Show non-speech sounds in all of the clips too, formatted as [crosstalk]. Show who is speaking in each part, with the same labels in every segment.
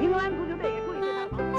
Speaker 1: 英格兰足球队也注意对他防守。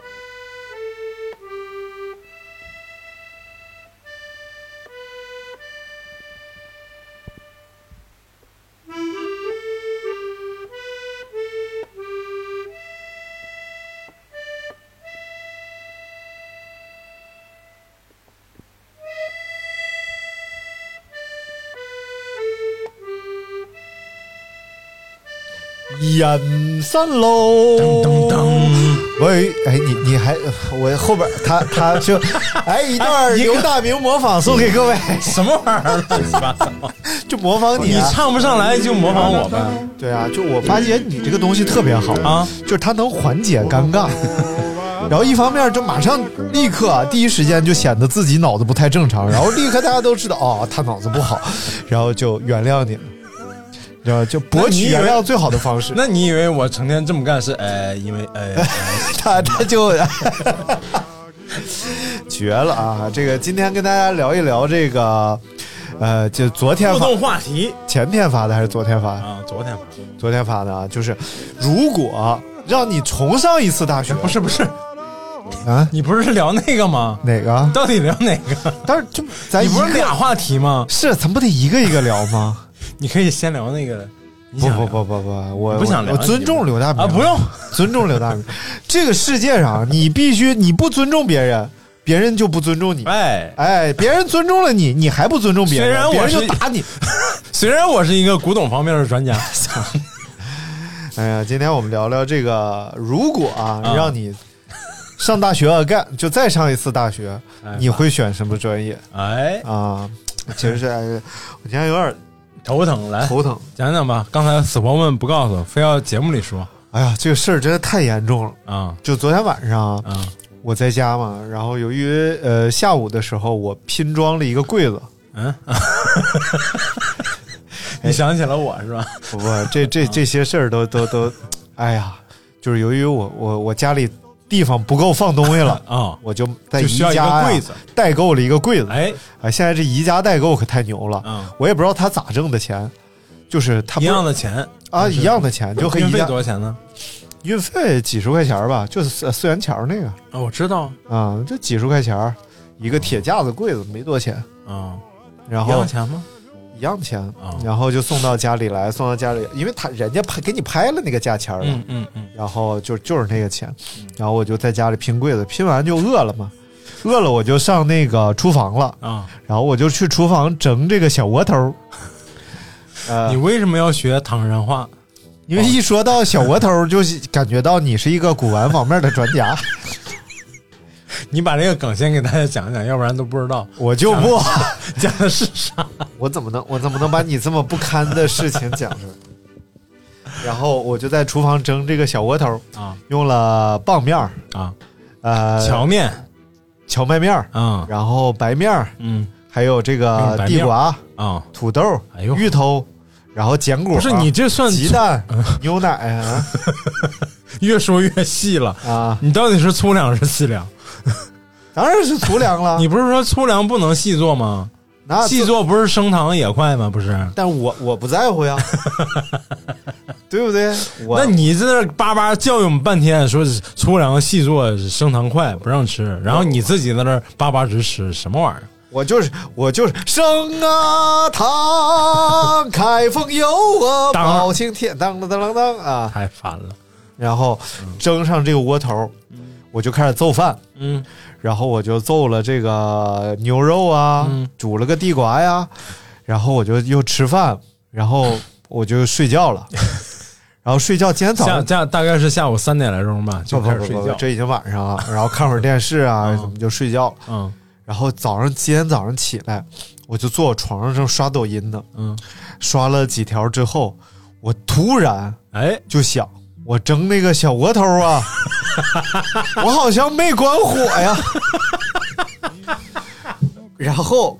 Speaker 2: 人生路。喂，哎，你你还我后边他他
Speaker 3: [laughs]
Speaker 2: 就哎一段刘大明模仿送给各位，
Speaker 3: 什么玩意儿？乱七八糟！
Speaker 4: [laughs]
Speaker 2: 就模仿你
Speaker 3: 你
Speaker 2: 啊。
Speaker 3: 唱不上来就模仿我呗。
Speaker 2: 对啊，就我发现你这个东西特别好
Speaker 3: 啊，
Speaker 2: 就是它能缓解尴尬。然后一方面就马上立刻啊第一时间就显得自己脑子不太正常，然后立刻大家都知道哦他脑子不
Speaker 3: [laughs]
Speaker 2: 好，然后就原谅你了，然后就博取原谅最好的方式。
Speaker 3: 那你以为我成天这么干是呃，因为呃，呃
Speaker 2: [laughs] 他他就 [laughs] 绝了啊！这个今天跟大家聊一聊这个，呃，就昨天
Speaker 3: [laughs] 互
Speaker 2: 发
Speaker 3: 动话题
Speaker 2: 前天发的还是昨天发的？
Speaker 3: 啊，昨天吧
Speaker 2: 昨天发的啊，就是如果让你重上一次大学，不
Speaker 3: 不是不是，
Speaker 2: 啊，
Speaker 3: 你不是聊那个吗？
Speaker 2: 哪个？
Speaker 3: 到底聊哪个？
Speaker 2: 但是就咱
Speaker 3: 你
Speaker 2: 一
Speaker 3: 不
Speaker 2: 个
Speaker 3: 是俩话题吗？
Speaker 2: 是，咱不得一个一个聊吗？
Speaker 3: 你可以先聊那个。你
Speaker 2: 不
Speaker 3: 想
Speaker 2: 不
Speaker 3: 聊
Speaker 2: 不不不，我
Speaker 3: 你不想
Speaker 2: 我
Speaker 3: 聊
Speaker 2: 我尊重刘大明
Speaker 3: 啊，不用，
Speaker 2: 尊重刘大明。 [laughs] 这个世界上，你必须你不尊重别人，别人就不尊重你。
Speaker 3: 哎，
Speaker 2: 哎，别人尊重了你，你还不尊重别人，
Speaker 3: 虽然我
Speaker 2: 别人就是打你。
Speaker 3: [laughs] 虽然我是一个古董方面的专 [laughs] 家，
Speaker 2: 哎呀，今天我们聊聊这个，如果啊，
Speaker 3: 啊
Speaker 2: 让你上大学啊，干就再上一次大学，
Speaker 3: 哎
Speaker 2: 你会选什么专业
Speaker 3: 哎，
Speaker 2: 啊？其 [laughs] 实是，哎我今天有点
Speaker 3: 头疼，来
Speaker 2: 头疼。
Speaker 3: 讲讲吧。刚才死活问不告诉我，非要节目里说
Speaker 2: [laughs] 哎呀，这个事儿真的太严重了。
Speaker 3: 啊
Speaker 2: 就昨天晚上啊，
Speaker 3: 啊，
Speaker 2: 我在家嘛，然后由于呃下午的时候我拼装了一个柜子，
Speaker 3: [laughs] 嗯，你想起了我是吧？，
Speaker 2: [laughs] 不不，这这这些事儿都都都，哎呀，就是由于我我我家里地方不够放东西 [laughs] 了
Speaker 3: 啊，
Speaker 2: 我就在
Speaker 3: 就
Speaker 2: 宜
Speaker 3: 需要
Speaker 2: 家
Speaker 3: 一个
Speaker 2: 呀
Speaker 3: 柜子
Speaker 2: 代购了一个柜子。
Speaker 3: 哎，
Speaker 2: 哎，现在这宜家代购可太牛了，
Speaker 3: 嗯
Speaker 2: 我也不知道他咋挣的钱，就是啊他
Speaker 3: 一
Speaker 2: 不是
Speaker 3: 样的钱
Speaker 2: 啊，一样的钱就和
Speaker 3: 运
Speaker 2: 宜
Speaker 3: 费
Speaker 2: 家
Speaker 3: 多少钱呢？
Speaker 2: 运费几十块钱儿吧，就是四四元桥那个
Speaker 3: 啊，我知道
Speaker 2: 啊，就几十块钱儿一个铁架子柜子，没多钱，
Speaker 3: 啊，
Speaker 2: 然
Speaker 3: 一样
Speaker 2: 后
Speaker 3: 钱吗？
Speaker 2: 一样钱
Speaker 3: 哦，
Speaker 2: 然后就送到家里来，送到家里，因为他人家拍给你拍了那个价钱儿了
Speaker 3: 嗯。嗯嗯，
Speaker 2: 然后就就是那个钱，然后我就在家里拼柜子，拼完就饿了嘛，饿了我就上那个厨房了，
Speaker 3: 啊，
Speaker 2: 然后我就去厨房整这个小窝头儿，呃
Speaker 3: 你哦为什么要学唐山话？
Speaker 2: 因为一说到小窝头儿，就是感觉到你是一个古玩方面的专家，
Speaker 3: 你把这个梗先给大家讲讲，要不然都不知道
Speaker 2: 我就不，
Speaker 3: 讲的是啥。
Speaker 2: 我怎么能我怎么能把你这么不堪的事情讲出
Speaker 3: [laughs]
Speaker 2: 来？然后我就在厨房蒸这个小窝头儿，
Speaker 3: 啊
Speaker 2: 用了棒面儿，
Speaker 3: 啊，
Speaker 2: 呃，
Speaker 3: 荞面
Speaker 2: 荞麦面儿，
Speaker 3: 啊，
Speaker 2: 然后白面儿，
Speaker 3: 嗯
Speaker 2: 还有这
Speaker 3: 用
Speaker 2: 个
Speaker 3: 白面儿
Speaker 2: 地瓜、
Speaker 3: 啊，
Speaker 2: 土豆、
Speaker 3: 哎呦
Speaker 2: 芋头，然后坚果，
Speaker 3: 不是你嗯这算
Speaker 2: 鸡蛋、牛
Speaker 3: [laughs]
Speaker 2: 奶啊
Speaker 3: 越说越细了。
Speaker 2: 啊，
Speaker 3: 你到底是粗粮是细粮？
Speaker 2: 当然是粗粮了。
Speaker 3: [laughs] 你不是说粗粮不能细做吗？
Speaker 2: 那
Speaker 3: 细做不是升糖也快吗？不是？
Speaker 2: 但我我不在
Speaker 3: [laughs]
Speaker 2: 乎呀，对不对？我
Speaker 3: 那你在那儿叭叭教育我们半天，说是粗粮细做升糖快，不让吃，然后你自己在那儿叭叭直吃，什么玩意儿？
Speaker 2: 我就是我就是生啊堂，开封有我
Speaker 3: 当
Speaker 2: 包青天，当当当当当啊！
Speaker 3: 太烦了。
Speaker 2: 然后蒸上这个窝头，我就开始揍饭，
Speaker 3: 嗯，
Speaker 2: 然后我就揍了这个牛肉啊，
Speaker 3: 嗯
Speaker 2: 煮了个地瓜呀，然后我就又吃饭，然后我就睡觉
Speaker 3: [laughs]
Speaker 2: 了，然后睡觉，今天早
Speaker 3: 下
Speaker 2: 上
Speaker 3: 下大概是下午三点来钟吧，就
Speaker 2: 不不
Speaker 3: 开始
Speaker 2: 不
Speaker 3: 睡
Speaker 2: 不不
Speaker 3: 觉。
Speaker 2: 这已经晚上了，然后看会儿电视啊，
Speaker 3: 嗯
Speaker 2: 怎么就睡觉了。
Speaker 3: 嗯，
Speaker 2: 然然后早上今天早上起来，我就坐我床上正刷抖音呢，
Speaker 3: 嗯，
Speaker 2: 刷了几条之后，我突然
Speaker 3: 哎，
Speaker 2: 就想，我蒸那个小窝头
Speaker 3: [laughs]
Speaker 2: 啊，我好像没关火呀。然
Speaker 3: [laughs]
Speaker 2: 后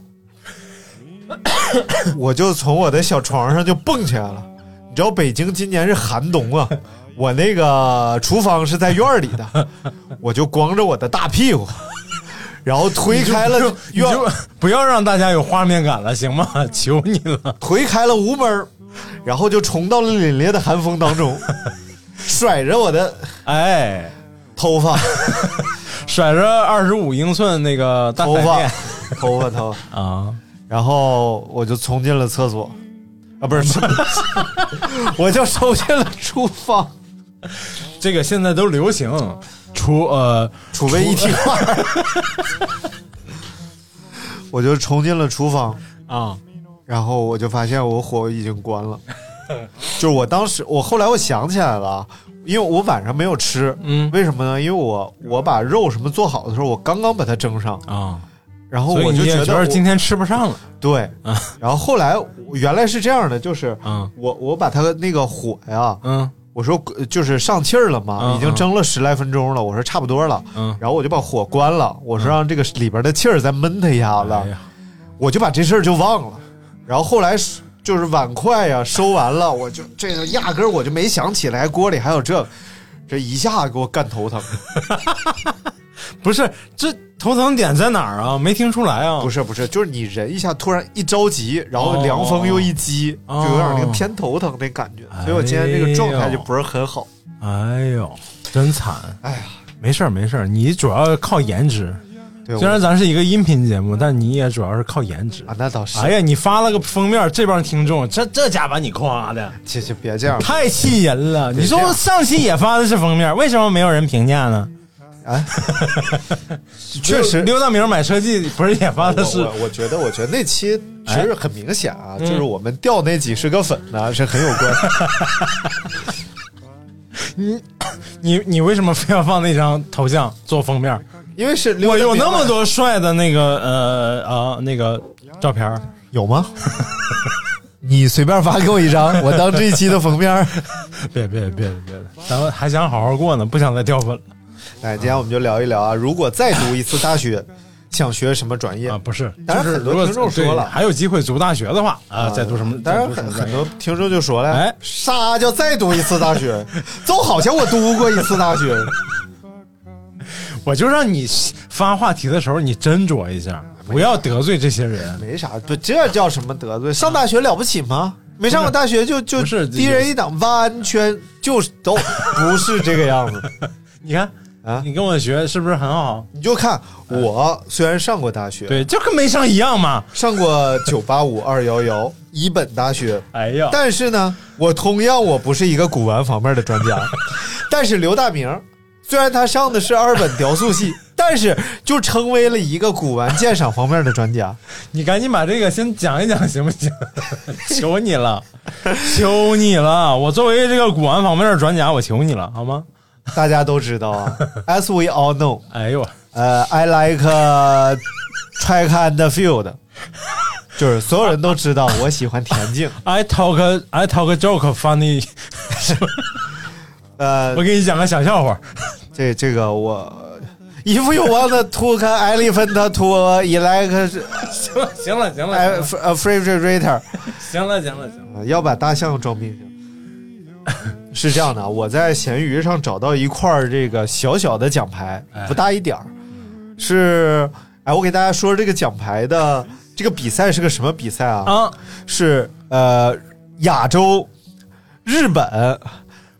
Speaker 2: 我就从我的小床上就蹦起来了。你知道北京今年是寒冬啊，我那个厨房是在院里的，我就光着我的大屁股，然后推开了
Speaker 3: 你
Speaker 2: 院，
Speaker 3: 就不要让大家有画面感了，行吗？ [laughs] 求你了，
Speaker 2: 推开了屋门儿，然后就冲到了凛冽的寒风当
Speaker 3: [laughs]
Speaker 2: 中，甩着我的
Speaker 3: 哎，
Speaker 2: 头发。
Speaker 3: 甩着二十五英寸那个大
Speaker 2: 头
Speaker 3: 彩
Speaker 2: 发
Speaker 3: 电，
Speaker 2: 头发，头发，
Speaker 3: 啊，
Speaker 2: 然后我就冲进了厕所，啊，不是，
Speaker 3: [laughs]
Speaker 2: 我就冲进了厨房，
Speaker 3: 这个现在都流行，除呃，
Speaker 2: 储备一体化， [laughs] 我就冲进了厨房，
Speaker 3: 啊，
Speaker 2: 然后我就发现我火已经关了，就是我当时，我后来我想起来了啊，因为我晚上没有吃，
Speaker 3: 嗯
Speaker 2: 为什么呢？因为我我把肉什么做好的时候，我刚刚把它蒸上，
Speaker 3: 啊，
Speaker 2: 然后
Speaker 3: 所以
Speaker 2: 哦我
Speaker 3: 你
Speaker 2: 就
Speaker 3: 也
Speaker 2: 觉
Speaker 3: 觉
Speaker 2: 得
Speaker 3: 得
Speaker 2: 我
Speaker 3: 今天吃不上了，
Speaker 2: 对，然后后来我原来是这样的，就是
Speaker 3: 嗯
Speaker 2: 我我把它那个火呀，
Speaker 3: 嗯
Speaker 2: 我说呃就是上气儿了嘛，
Speaker 3: 嗯
Speaker 2: 已经蒸了十来分钟了，我说差不多了，
Speaker 3: 嗯
Speaker 2: 然后我就把火关了，我说让这个里边的气儿再闷它一下子
Speaker 3: 哎呀，
Speaker 2: 我就把这事儿就忘了，然后后来是就是碗筷呀收完了，我就这个压根儿我就没想起来锅里还有这，这一下给我干头疼，
Speaker 3: 不是这头疼点在哪儿啊？没听出来啊？
Speaker 2: 不是不是，就是你人一下突然一着急，然后
Speaker 3: 哦
Speaker 2: 凉风又一激，
Speaker 3: 哦
Speaker 2: 就有点那个偏头疼那感觉，所以我今天这个状态就不是很好。
Speaker 3: 哎呦，真惨！
Speaker 2: 哎呀，
Speaker 3: 没事儿没事儿，你主要靠颜值。
Speaker 2: 对，
Speaker 3: 嗯虽
Speaker 2: 我
Speaker 3: 然咱是一个音频节目，但你也主要是靠颜值
Speaker 2: 啊。，那倒是，
Speaker 3: 哎呀，你发了个封面，这帮听众，这这家把你夸的
Speaker 2: 切切别这样，
Speaker 3: 太气人了。你
Speaker 2: 啊这
Speaker 3: 说
Speaker 2: 样
Speaker 3: 上期也发的是封面，为什么没有人评价呢？ [laughs]
Speaker 2: 哎，确实，
Speaker 3: 刘大明买车记不是也发的
Speaker 2: 我
Speaker 3: 啊是哎
Speaker 2: 我我觉得，我觉得那期其实很明显啊，
Speaker 3: 嗯
Speaker 2: 就是我们掉那几十个粉呢是很有
Speaker 3: [laughs]
Speaker 2: 关系。
Speaker 3: 你你为什么非要放那张
Speaker 2: [laughs]
Speaker 3: 头像做封面？
Speaker 2: 因为是
Speaker 3: 我
Speaker 2: 刘
Speaker 3: 有
Speaker 2: 德明
Speaker 3: 那么
Speaker 2: 嘛
Speaker 3: 多帅的那个呃啊、那个照片
Speaker 2: [laughs]
Speaker 3: 儿，
Speaker 2: 有吗？你随便发给我一张，我当这一期的封面。
Speaker 3: 别别别别，咱们还想好好过呢，不想再掉粉了
Speaker 2: 哎，今天我们就聊一聊啊，如果再读一次大学，想学什么专业
Speaker 3: 啊！不是，
Speaker 2: 当然
Speaker 3: 就是
Speaker 2: 很多
Speaker 3: 如果
Speaker 2: 听众说
Speaker 3: 对
Speaker 2: 了
Speaker 3: 还有机会读大学的话啊，再读什么？
Speaker 2: 当然
Speaker 3: 再读什
Speaker 2: 很
Speaker 3: 么
Speaker 2: 很多听众就说了，
Speaker 3: 哎
Speaker 2: 啥叫再读一次大学？ [laughs] 就好像我读过一次大学，
Speaker 3: 我就让你发话题的时候你斟酌一下，不要得罪这些人。
Speaker 2: 没啥，不这叫什么得罪？上大学了不起吗？没上过大学就就
Speaker 3: 不是
Speaker 2: 低人一等，完全就是都不是这个样
Speaker 3: [laughs]
Speaker 2: 子。
Speaker 3: 你看
Speaker 2: 啊
Speaker 3: 你跟我学是不是很好？
Speaker 2: 你就看我虽然上过大学，
Speaker 3: 对，就跟没上一样嘛。
Speaker 2: 上过九八五二幺幺一本大学，
Speaker 3: 哎呀，
Speaker 2: 但是呢，我同样我不是一个古玩方面的专
Speaker 3: [laughs]
Speaker 2: 家，但是刘大明虽然他上的是二本雕塑
Speaker 3: [laughs]
Speaker 2: 系，但是就成为了一个古玩鉴赏方面的专家。
Speaker 3: 你赶紧把这个先讲一讲，行不行？ [laughs] 求你了，求你了！我作为这个古玩方面的专家，我求你了，好吗？
Speaker 2: 大家都知道
Speaker 3: [laughs]
Speaker 2: 啊，as we all know，
Speaker 3: 哎呦，
Speaker 2: 呃、i like uh, track and field，就是所有人都知道我喜欢田径。
Speaker 3: I talk I talk joke funny， [laughs]
Speaker 2: 呃
Speaker 3: 我，给你讲个小笑话。
Speaker 2: 这这个我。If you want to take an elephant to elect
Speaker 3: [laughs] 行了，行了，行
Speaker 2: a
Speaker 3: 了，
Speaker 2: a refrigerator，
Speaker 3: 行了，行了，行了。
Speaker 2: 啊要把大象装冰箱。是这样的，我在闲鱼上找到一块儿这个小小的奖牌，不大一点儿，是哎，我给大家说这个奖牌的这个比赛是个什么比赛啊？
Speaker 3: 啊，
Speaker 2: 是呃亚洲日本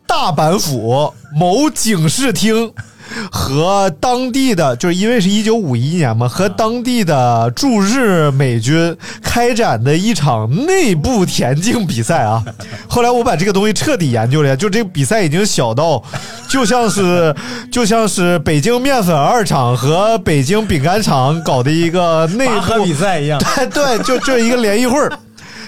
Speaker 2: 大阪府某警视厅和当地的，就是因为是一九五一年嘛，和当地的驻日美军开展的一场内部田径比赛啊。 [laughs] 后来我把这个东西彻底研究了一下，就这个比赛已经小到，就像是就像是北京面粉二厂和北京饼干厂搞的一个内
Speaker 3: 拔河
Speaker 2: 部
Speaker 3: 比赛一样。
Speaker 2: 对 [laughs] 对，就就一个联谊会儿，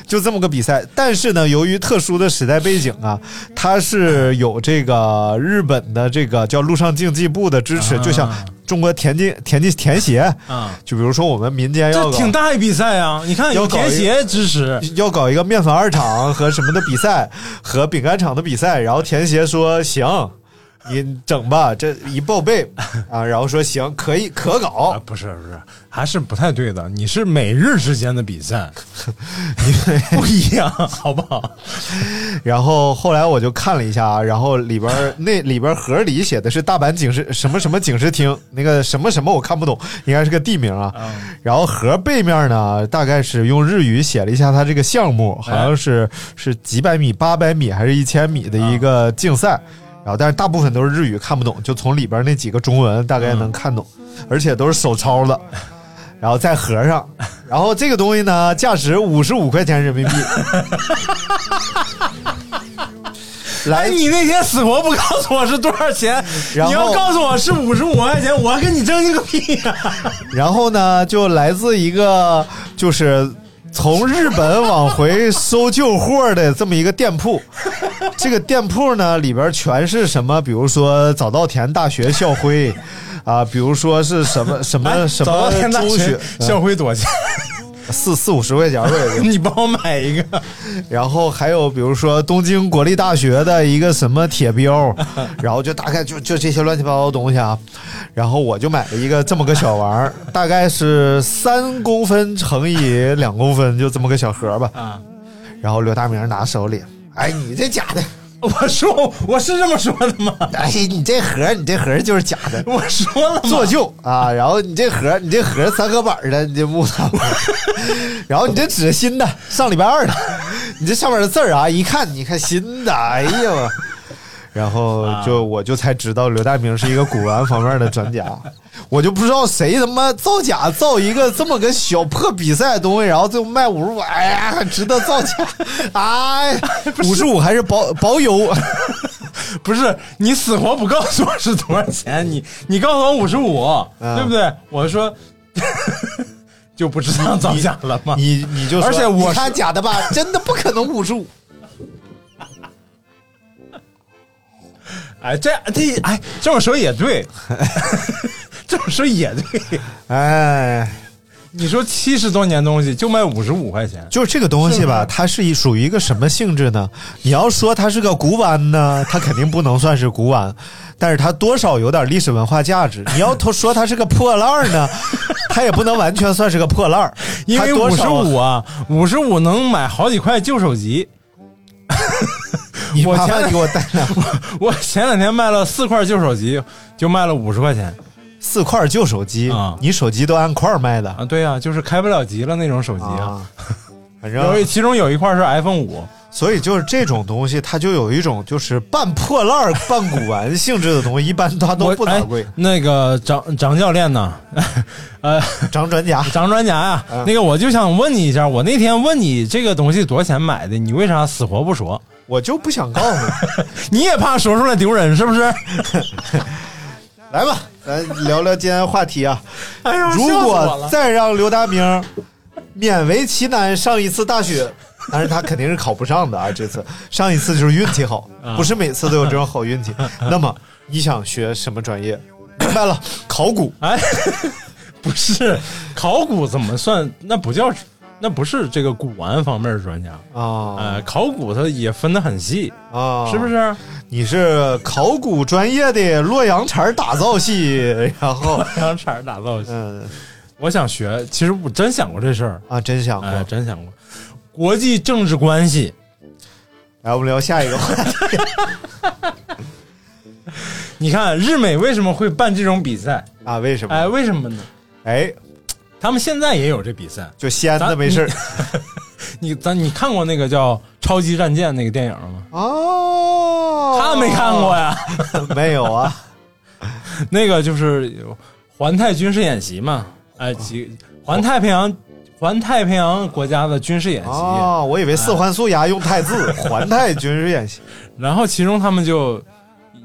Speaker 2: 就这么个比赛。但是呢，由于特殊的时代背景啊，它是有这个日本的这个叫陆上竞技部的支持，就像中国田径田径田协
Speaker 3: 啊
Speaker 2: 就比如说我们民间要
Speaker 3: 这
Speaker 2: 搞
Speaker 3: 挺大一比赛啊！你看有
Speaker 2: 要搞一
Speaker 3: 田协支持，
Speaker 2: 要搞一个面粉二厂和什么的比赛，和饼干厂的比赛，然后田协说行，你整吧，这一报备啊，然后说行，可以可
Speaker 3: 啊
Speaker 2: 搞，
Speaker 3: 不是不是，还是不太对的。你是美日之间的比赛，你不一样，好不好？
Speaker 2: [laughs] 然后后来我就看了一下，然后里边儿那里边儿盒里写的是大阪警视什么什么警视厅，那个什么什么我看不懂，应该是个地名啊。然后盒背面呢，大概是用日语写了一下它这个项目，好像是是几百米、八百米还是一千米的一个竞赛。然后，但是大部分都是日语看不懂，就从里边那几个中文大概能看懂，而且都是手抄的，然后在盒
Speaker 3: [laughs]
Speaker 2: 上，然后这个东西呢，价值五十五块钱人
Speaker 3: [laughs]
Speaker 2: 民币。来
Speaker 3: 哎，你那天死活不告诉我是多少钱，你
Speaker 2: 嗯然后
Speaker 3: 要告诉我是五十五块钱，我还跟你争一个屁啊呀、
Speaker 2: 然后呢，就来自一个就是从日本往回收旧货的这么一个店
Speaker 3: [laughs]
Speaker 2: 铺。这个店铺呢，里边全是什么，比如说早稻田大学校徽啊，比如说是什么什
Speaker 3: 哎
Speaker 2: 么什
Speaker 3: 早
Speaker 2: 么嗯
Speaker 3: 稻田大
Speaker 2: 中
Speaker 3: 学
Speaker 2: 学，嗯
Speaker 3: 校徽多少钱？
Speaker 2: 四四五十块钱吧，也就
Speaker 3: 你帮我买一个，
Speaker 2: 然后还有比如说东京国立大学的一个什么铁标，然后就大概就就这些乱七八糟的东西啊，然后我就买了一个这么个小玩意儿，大概是三公分乘以两公分，就这么个小盒吧。
Speaker 3: 啊
Speaker 2: 然后刘大明拿手里，哎，你这假的，
Speaker 3: 我说我是这么说的吗？
Speaker 2: 哎，你这盒你这盒就是假的。
Speaker 3: 我说了吗？
Speaker 2: 做旧啊，然后你这盒，你这盒三合板的，你这木
Speaker 3: [laughs]
Speaker 2: 头，然后你这纸新的，上礼拜二的，你这上面的字儿啊，一看，你看新的，哎呀我，然后
Speaker 3: 啊
Speaker 2: 就我就才知道刘大明是一个古玩方面的专家，我就不知道谁他妈造假造一个这么个小破比赛的东西，然后最后卖五十五，哎呀，值得造假，
Speaker 3: [laughs]
Speaker 2: 哎，五十五还是保保有。
Speaker 3: 不是你死活不告诉我是多少钱，你你告诉我五十五，
Speaker 2: 嗯
Speaker 3: 对不对？我说
Speaker 2: [laughs]
Speaker 3: 就不知道造假了吗？
Speaker 2: 你你就说
Speaker 3: 而且我
Speaker 2: 你
Speaker 3: 是
Speaker 2: 看假的吧，真的不可能五十五。
Speaker 3: 哎，这这哎，这么说
Speaker 2: [laughs]
Speaker 3: 也对，这么说也对。
Speaker 2: 哎，
Speaker 3: 你说七十多年东西就卖五十五块钱，
Speaker 2: 就是这个东西吧，它是一属于一个什么性质呢？你要说它是个古玩呢，它肯定不能算是古玩，但是它多少有点历史文化价
Speaker 3: [laughs]
Speaker 2: 值。你要说它是个破烂儿呢，它也不能完全算是个破烂儿，
Speaker 3: 因为
Speaker 2: 它多
Speaker 3: 五十
Speaker 2: 少
Speaker 3: 五，啊，五十五能买好几块旧手机。 [laughs]
Speaker 2: 你
Speaker 3: 我
Speaker 2: 麻
Speaker 3: 前
Speaker 2: 烦
Speaker 3: 两
Speaker 2: 给我带
Speaker 3: [laughs]
Speaker 2: 两
Speaker 3: 我前两天卖了四块旧手机，就卖了五十块钱
Speaker 2: 四块旧手机
Speaker 3: 啊，
Speaker 2: 你手机都按块儿卖的
Speaker 3: 啊！对呀、就是开不了机了那种手机啊。
Speaker 2: 啊，反
Speaker 3: 有一
Speaker 2: 正
Speaker 3: 其中有一块是 iPhone 五，
Speaker 2: 所以就是这种东西，它就有一种就是半破烂儿、半古玩性质的东西，一般它都
Speaker 3: 我
Speaker 2: 不咋贵
Speaker 3: 哎。。那个张张教练呢？ [laughs] 呃，
Speaker 2: 张专家，
Speaker 3: 张专家呀、
Speaker 2: 嗯
Speaker 3: 那个我就想问你一下，我那天问你这个东西多少钱买的，你为啥死活不说？ [laughs]
Speaker 2: 我就不想告诉你。
Speaker 3: 你也怕说出来丢人是不是？
Speaker 2: [laughs] 来吧，咱聊聊今天话 [laughs] 题啊。
Speaker 3: 哎呀
Speaker 2: 如果再让刘达明勉为其难上一次大 [laughs] 学，但是他肯定是考不上的啊。这次上一次就是运气好，不是每次都有这种好运 [laughs] 气。那么你想学什么专 [laughs] 业？明白了，考古。
Speaker 3: 哎， [laughs] 不是，考古怎么算？那不叫，那不是这个古玩方面的专家。
Speaker 2: 啊
Speaker 3: 呃，考古它也分得很细，
Speaker 2: 啊！
Speaker 3: 是
Speaker 2: [laughs]
Speaker 3: 不？是？
Speaker 2: 你是考古专业的洛阳铲打造 [laughs] 系，然后
Speaker 3: 羊铲打造系，
Speaker 2: 嗯
Speaker 3: [laughs] 我想学，其实我真想过这事儿，
Speaker 2: 啊，真想过。
Speaker 3: 哎，真想过。国际政治关系，
Speaker 2: 来，我们聊下一个话题。
Speaker 3: 你看日美为什么会办这种比赛？
Speaker 2: 啊？为什
Speaker 3: 哎，
Speaker 2: 么？
Speaker 3: 为什么呢？
Speaker 2: 哎，
Speaker 3: 他们现在也有这比赛。
Speaker 2: 就闲的
Speaker 3: 咱
Speaker 2: 没事儿。
Speaker 3: 你咱你看过那个叫《超级战舰》那个电影吗？
Speaker 2: 哦，
Speaker 3: 他没看过呀。
Speaker 2: 没有啊？
Speaker 3: 那个就是环太军事演习嘛，
Speaker 2: 哦
Speaker 3: 哎，几环太平洋环太平洋国家的军事演习。
Speaker 2: 哦，我以为四环素牙用太 [laughs] 字，环太军事演习
Speaker 3: 然后其中他们就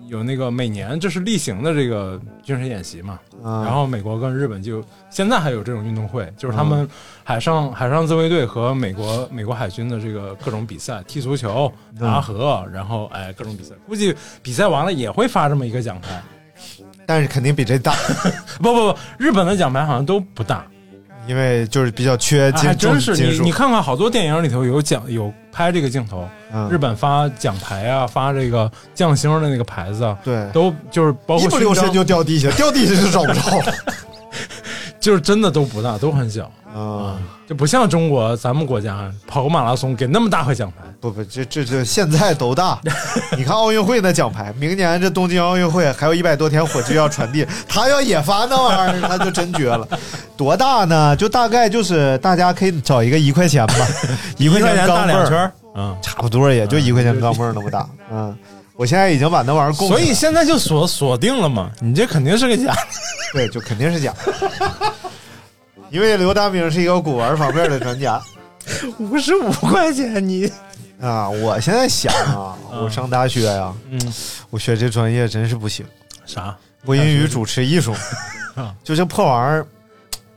Speaker 3: 有那个每年这是例行的这个军事演习嘛，
Speaker 2: 啊嗯
Speaker 3: 然后美国跟日本就现在还有这种运动会，就是他们海上、海上自卫队和美国美国海军的这个各种比赛，踢足球、
Speaker 2: 嗯
Speaker 3: 拔河，然后哎各种比赛，估计比赛完了也会发这么一个奖牌。
Speaker 2: 但是肯定比这大，
Speaker 3: 不不不，日本的奖牌好像都不大，
Speaker 2: 因为就是比较缺
Speaker 3: 啊、还
Speaker 2: 金
Speaker 3: 真
Speaker 2: 重
Speaker 3: 是
Speaker 2: 金
Speaker 3: 你
Speaker 2: 属
Speaker 3: 你。看看好多电影里头有奖有拍这个镜头，
Speaker 2: 嗯
Speaker 3: 日本发奖牌啊，发这个酱星的那个牌子啊，
Speaker 2: 对
Speaker 3: 都就是包
Speaker 2: 一
Speaker 3: 括
Speaker 2: 不留
Speaker 3: 勋
Speaker 2: 神
Speaker 3: 章
Speaker 2: 就掉地下，掉地下是找不
Speaker 3: [laughs]
Speaker 2: 着了。
Speaker 3: 就是真的都不大，都很小，
Speaker 2: 啊、
Speaker 3: 就不像中国咱们国家跑个马拉松给那么大块奖牌。
Speaker 2: 不不，这这这现在都
Speaker 3: [laughs]
Speaker 2: 大。你看奥运会那奖牌，明年这东京奥运会还有一百多天火炬要传递，他要也发那玩意儿，那就真绝了。多大呢？就大概就是大家可以找一个一块钱吧，一块
Speaker 3: [laughs] 一块
Speaker 2: 钱
Speaker 3: 钱
Speaker 2: 钢
Speaker 3: 大
Speaker 2: 镚
Speaker 3: 两
Speaker 2: 儿
Speaker 3: 圈儿，嗯，
Speaker 2: 差不多也就一块钱钢镚儿那么大。嗯，我现在已经把那玩意儿供起来
Speaker 3: 所
Speaker 2: 了，
Speaker 3: 以现在就锁锁定了嘛，你这肯定是个假的。
Speaker 2: 对，就肯定是假的。
Speaker 3: [laughs]
Speaker 2: 因为刘大明是一个古玩方面的专家
Speaker 3: 五十五块钱你，
Speaker 2: 啊，我现在想啊，我上大学呀、
Speaker 3: 嗯，
Speaker 2: 我学这专业真是不行，
Speaker 3: 啥？
Speaker 2: 播音与主持艺术，就这破玩意儿，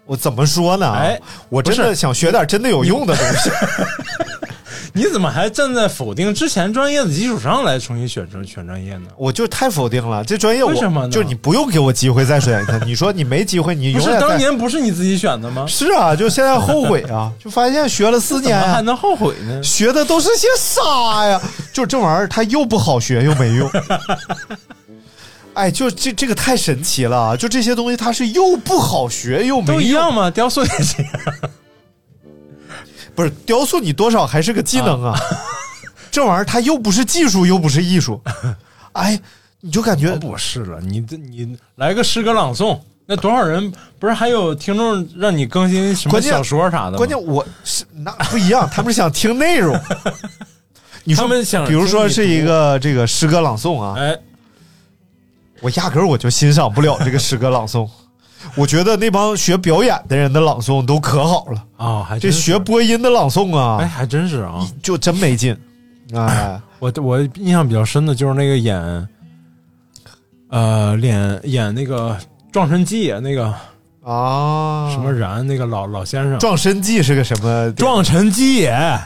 Speaker 2: 我怎么说呢？
Speaker 3: 嗯哎，
Speaker 2: 我真
Speaker 3: 不
Speaker 2: 的
Speaker 3: 是
Speaker 2: 想学点真的有用的东
Speaker 3: [laughs]
Speaker 2: 西。
Speaker 3: 你怎么还站在否定之前专业的基础上来重新选专选专业呢？
Speaker 2: 我就太否定了这专业我，
Speaker 3: 为什么呢
Speaker 2: 就是你不用给我机会再选一次，你说你没机会，你
Speaker 3: 不
Speaker 2: 永
Speaker 3: 是
Speaker 2: 远
Speaker 3: 当
Speaker 2: 在。
Speaker 3: 年不是你自己选的吗？
Speaker 2: 是啊，就现在后悔
Speaker 3: [laughs]
Speaker 2: 啊，就发现学了四
Speaker 3: 怎
Speaker 2: 年、
Speaker 3: 么
Speaker 2: 啊
Speaker 3: 还，能后悔
Speaker 2: [laughs]
Speaker 3: 呢？
Speaker 2: 学的都是些啥呀？就这玩意儿，它又不好学又
Speaker 3: [laughs]
Speaker 2: 没用。哎，就这这个太神奇了啊！就这些东西，它是又不好学又没
Speaker 3: 都
Speaker 2: 用。
Speaker 3: 一样嘛，雕塑也
Speaker 2: [laughs]
Speaker 3: 这样。
Speaker 2: 不是雕塑，你多少还是个技能啊。这玩意儿它又不是技术，又不是艺术。哎，你就感觉
Speaker 3: 啊不是了，你这你来个诗歌朗诵，那多少人不是还有听众让你更新什么
Speaker 2: 关键
Speaker 3: 小说啥的吗？
Speaker 2: 关键我是那不一样，他们是想听内容。你说
Speaker 3: 他们想
Speaker 2: 比如说
Speaker 3: 听你
Speaker 2: 是一
Speaker 3: 读
Speaker 2: 个这个诗歌朗诵啊，
Speaker 3: 哎，
Speaker 2: 我压根儿我就欣赏不了这个诗歌朗诵。我觉得那帮学表演的人的朗诵都可好了，
Speaker 3: 哦，还
Speaker 2: 这
Speaker 3: 真是
Speaker 2: 学播音的朗诵
Speaker 3: 哎，
Speaker 2: 啊，
Speaker 3: 还真是啊。
Speaker 2: 就真没 [laughs] 劲。哎，
Speaker 3: 我我印象比较深的就是那个演，呃，演演那个《撞神记》那个
Speaker 2: 啊，
Speaker 3: 什么然那个老老先生，
Speaker 2: 撞身记是个什么地？
Speaker 3: 撞陈基野，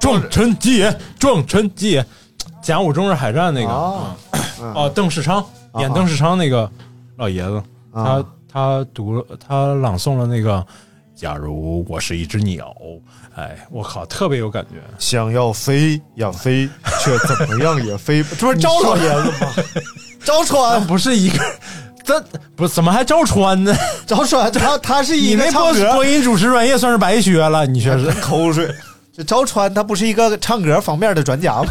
Speaker 3: 撞陈基野，撞陈基野，甲午中日海战那个
Speaker 2: 啊
Speaker 3: 啊哦，邓世昌演邓世昌那个老爷子，
Speaker 2: 啊
Speaker 3: 他他读了他朗诵了那个。假如我是一只鸟，哎，我靠，特别有感觉。
Speaker 2: 想要飞呀飞，却怎么样也飞不，这不是招老爷子吗？招
Speaker 3: 啊，
Speaker 2: 川，
Speaker 3: 不是一个，这不是怎么还照穿呢？
Speaker 2: 招川，啊他他是
Speaker 3: 你
Speaker 2: 一个
Speaker 3: 那播
Speaker 2: 唱歌
Speaker 3: 播音主持专业算是白学了，你确实
Speaker 2: 口水。这招川他不是一个唱歌方面的专家吗？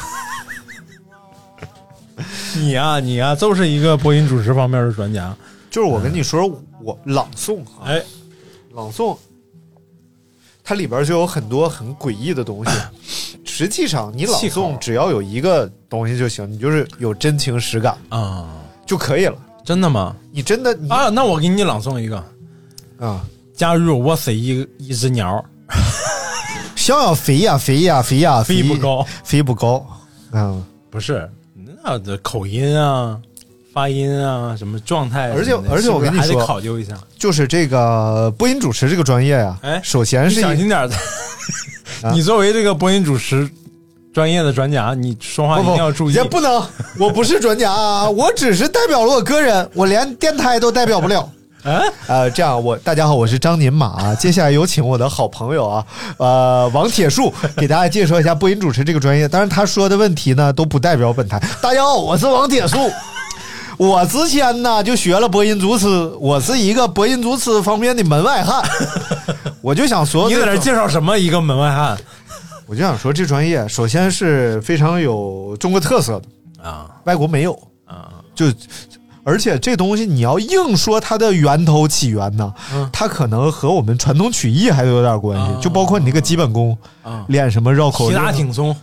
Speaker 3: 你啊你啊，就是一个播音主持方面的专
Speaker 2: 啊
Speaker 3: 家。
Speaker 2: 就是我跟你说，我朗诵啊，
Speaker 3: 哎，
Speaker 2: 朗诵，它里边就有很多很诡异的东西。实际上，你朗
Speaker 3: 气口
Speaker 2: 诵只要有一个东西就行，你就是有真情实感
Speaker 3: 啊，
Speaker 2: 就可以了。
Speaker 3: 真的吗？
Speaker 2: 你真的你啊啊
Speaker 3: 啊，那我给你朗诵一个：假如我是一一只鸟，
Speaker 2: 想要飞呀飞呀飞呀，
Speaker 3: 飞不，高，
Speaker 2: 飞不高。嗯，
Speaker 3: 不是那的口音啊、发音啊、什么状态什么的，
Speaker 2: 而且而且我跟你
Speaker 3: 是不是还
Speaker 2: 说
Speaker 3: 得考究一下，
Speaker 2: 就是这个播音主持这个专业呀、
Speaker 3: 哎
Speaker 2: 首先
Speaker 3: 你
Speaker 2: 是啊
Speaker 3: 小
Speaker 2: 一
Speaker 3: 心 [laughs] 点儿。你作为这个播音主持专业的专家，你说话
Speaker 2: 不
Speaker 3: 一定要
Speaker 2: 不
Speaker 3: 注意。
Speaker 2: 也不能，我不是专家啊，我只是代表了我个人，我连电台都代表不了。
Speaker 3: 啊，
Speaker 2: 呃，这样我大家好，我是张宁马、啊，接下来有请我的好朋友啊，呃，王铁树给大家介绍一下播音主持这个专业。当然，他说的问题呢都不代表本台。大家好，我是王铁树。我之前呢就学了播音主持，我是一个播音主持方面的门外汉。我就想说，
Speaker 3: 你在这介绍什么一个门外汉
Speaker 2: 我就想说这专业首先是非常有中国特色的，
Speaker 3: 啊
Speaker 2: 外国没有。
Speaker 3: 啊？
Speaker 2: 就而且这东西你要硬说它的源头起源呢，
Speaker 3: 嗯
Speaker 2: 它可能和我们传统曲艺还有点关系，就包括你那个基本功，
Speaker 3: 啊
Speaker 2: 练什么绕口
Speaker 3: 提
Speaker 2: 令
Speaker 3: 拉挺松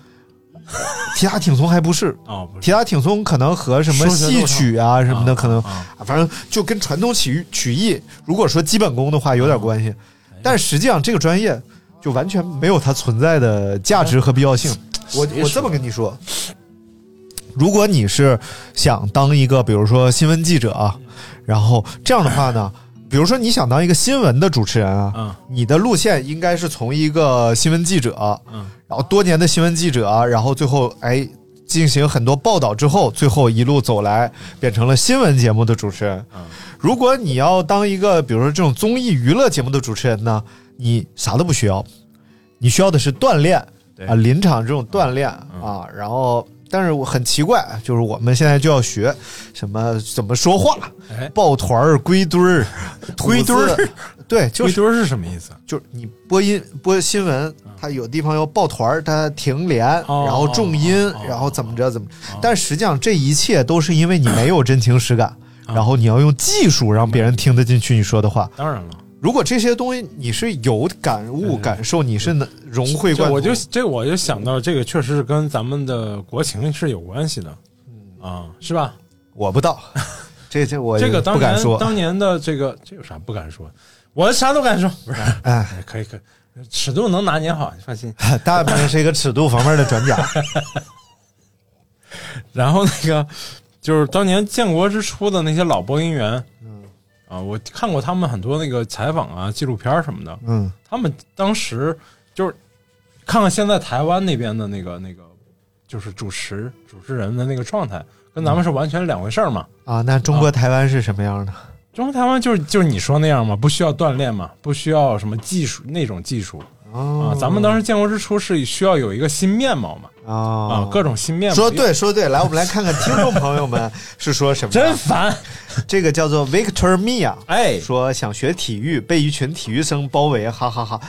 Speaker 2: 提拉挺松还不是。
Speaker 3: 啊，不是
Speaker 2: 提拉挺松可能和什么
Speaker 3: 说学
Speaker 2: 戏
Speaker 3: 逗唱
Speaker 2: 曲啊什么的，
Speaker 3: 啊
Speaker 2: 可能、
Speaker 3: 啊
Speaker 2: 反正就跟传统曲艺曲艺，如果说基本功的话有点关系，
Speaker 3: 嗯
Speaker 2: 但实际上这个专业就完全没有它存在的价值和必要
Speaker 3: 哎
Speaker 2: 性。我我这么跟你说，如果你是想当一个比如说新闻记者啊，然后这样的话呢，比如说你想当一个新闻的主持人啊，
Speaker 3: 嗯
Speaker 2: 你的路线应该是从一个新闻记者，
Speaker 3: 嗯
Speaker 2: 然后多年的新闻记者，然后最后哎进行很多报道之后，最后一路走来变成了新闻节目的主持人。
Speaker 3: 嗯
Speaker 2: 如果你要当一个比如说这种综艺娱乐节目的主持人呢，你啥都不需要，你需要的是锻炼
Speaker 3: 对嗯
Speaker 2: 啊，临场这种锻炼啊，然后。但是我很奇怪，就是我们现在就要学什么怎么说话
Speaker 3: 哎，
Speaker 2: 抱团儿、归堆儿、
Speaker 3: [laughs] 归堆儿
Speaker 2: 吐字， [laughs] 对，就是
Speaker 3: 一堆儿是什么意思？
Speaker 2: 就是你播音播新闻，它有地方要抱团儿，它停连，
Speaker 3: 嗯哦
Speaker 2: 然后重音，
Speaker 3: 哦哦
Speaker 2: 然后怎么着怎么着。但实际上，这一切都是因为你没有真情实感，
Speaker 3: 嗯
Speaker 2: 然后你要用技术让别人听得进去你说的话。
Speaker 3: 当然了，
Speaker 2: 如果这些东西你是有感悟、感受，你是能融会贯
Speaker 3: 这
Speaker 2: 通。
Speaker 3: 我就这我就想到这个确实是跟咱们的国情是有关系的，
Speaker 2: 嗯
Speaker 3: 啊，是吧？
Speaker 2: 我不
Speaker 3: [laughs]
Speaker 2: 到，这这我
Speaker 3: 这个当
Speaker 2: 不敢
Speaker 3: 年
Speaker 2: 说。
Speaker 3: 当年的这个这有啥不敢说？我啥都敢说，不是？
Speaker 2: 哎，
Speaker 3: 哎可以可以，尺度能拿捏好，你放心。
Speaker 2: [laughs] 大明是一个尺度方面的
Speaker 3: [laughs]
Speaker 2: 专家。
Speaker 3: 然后那个就是当年建国之初的那些老播音员，嗯啊，我看过他们很多那个采访啊、纪录片儿什么的，
Speaker 2: 嗯，
Speaker 3: 他们当时就是看看现在台湾那边的那个那个就是主持主持人的那个状态，跟咱们是完全两回事儿嘛。
Speaker 2: 啊，那中国台湾是什么样的？
Speaker 3: 中国台湾就是就是你说那样嘛，不需要锻炼嘛，不需要什么技术那种技术
Speaker 2: 哦
Speaker 3: 啊。咱们当时建国之初是需要有一个新面貌嘛，
Speaker 2: 啊
Speaker 3: 啊，各种新面貌。
Speaker 2: 说对说对，来，我们来看看听众朋友们是说什么。
Speaker 3: 真烦，
Speaker 2: 这个叫做 Victor Mia，
Speaker 3: 哎
Speaker 2: 说想学体育，被一群体育生包围，哈哈哈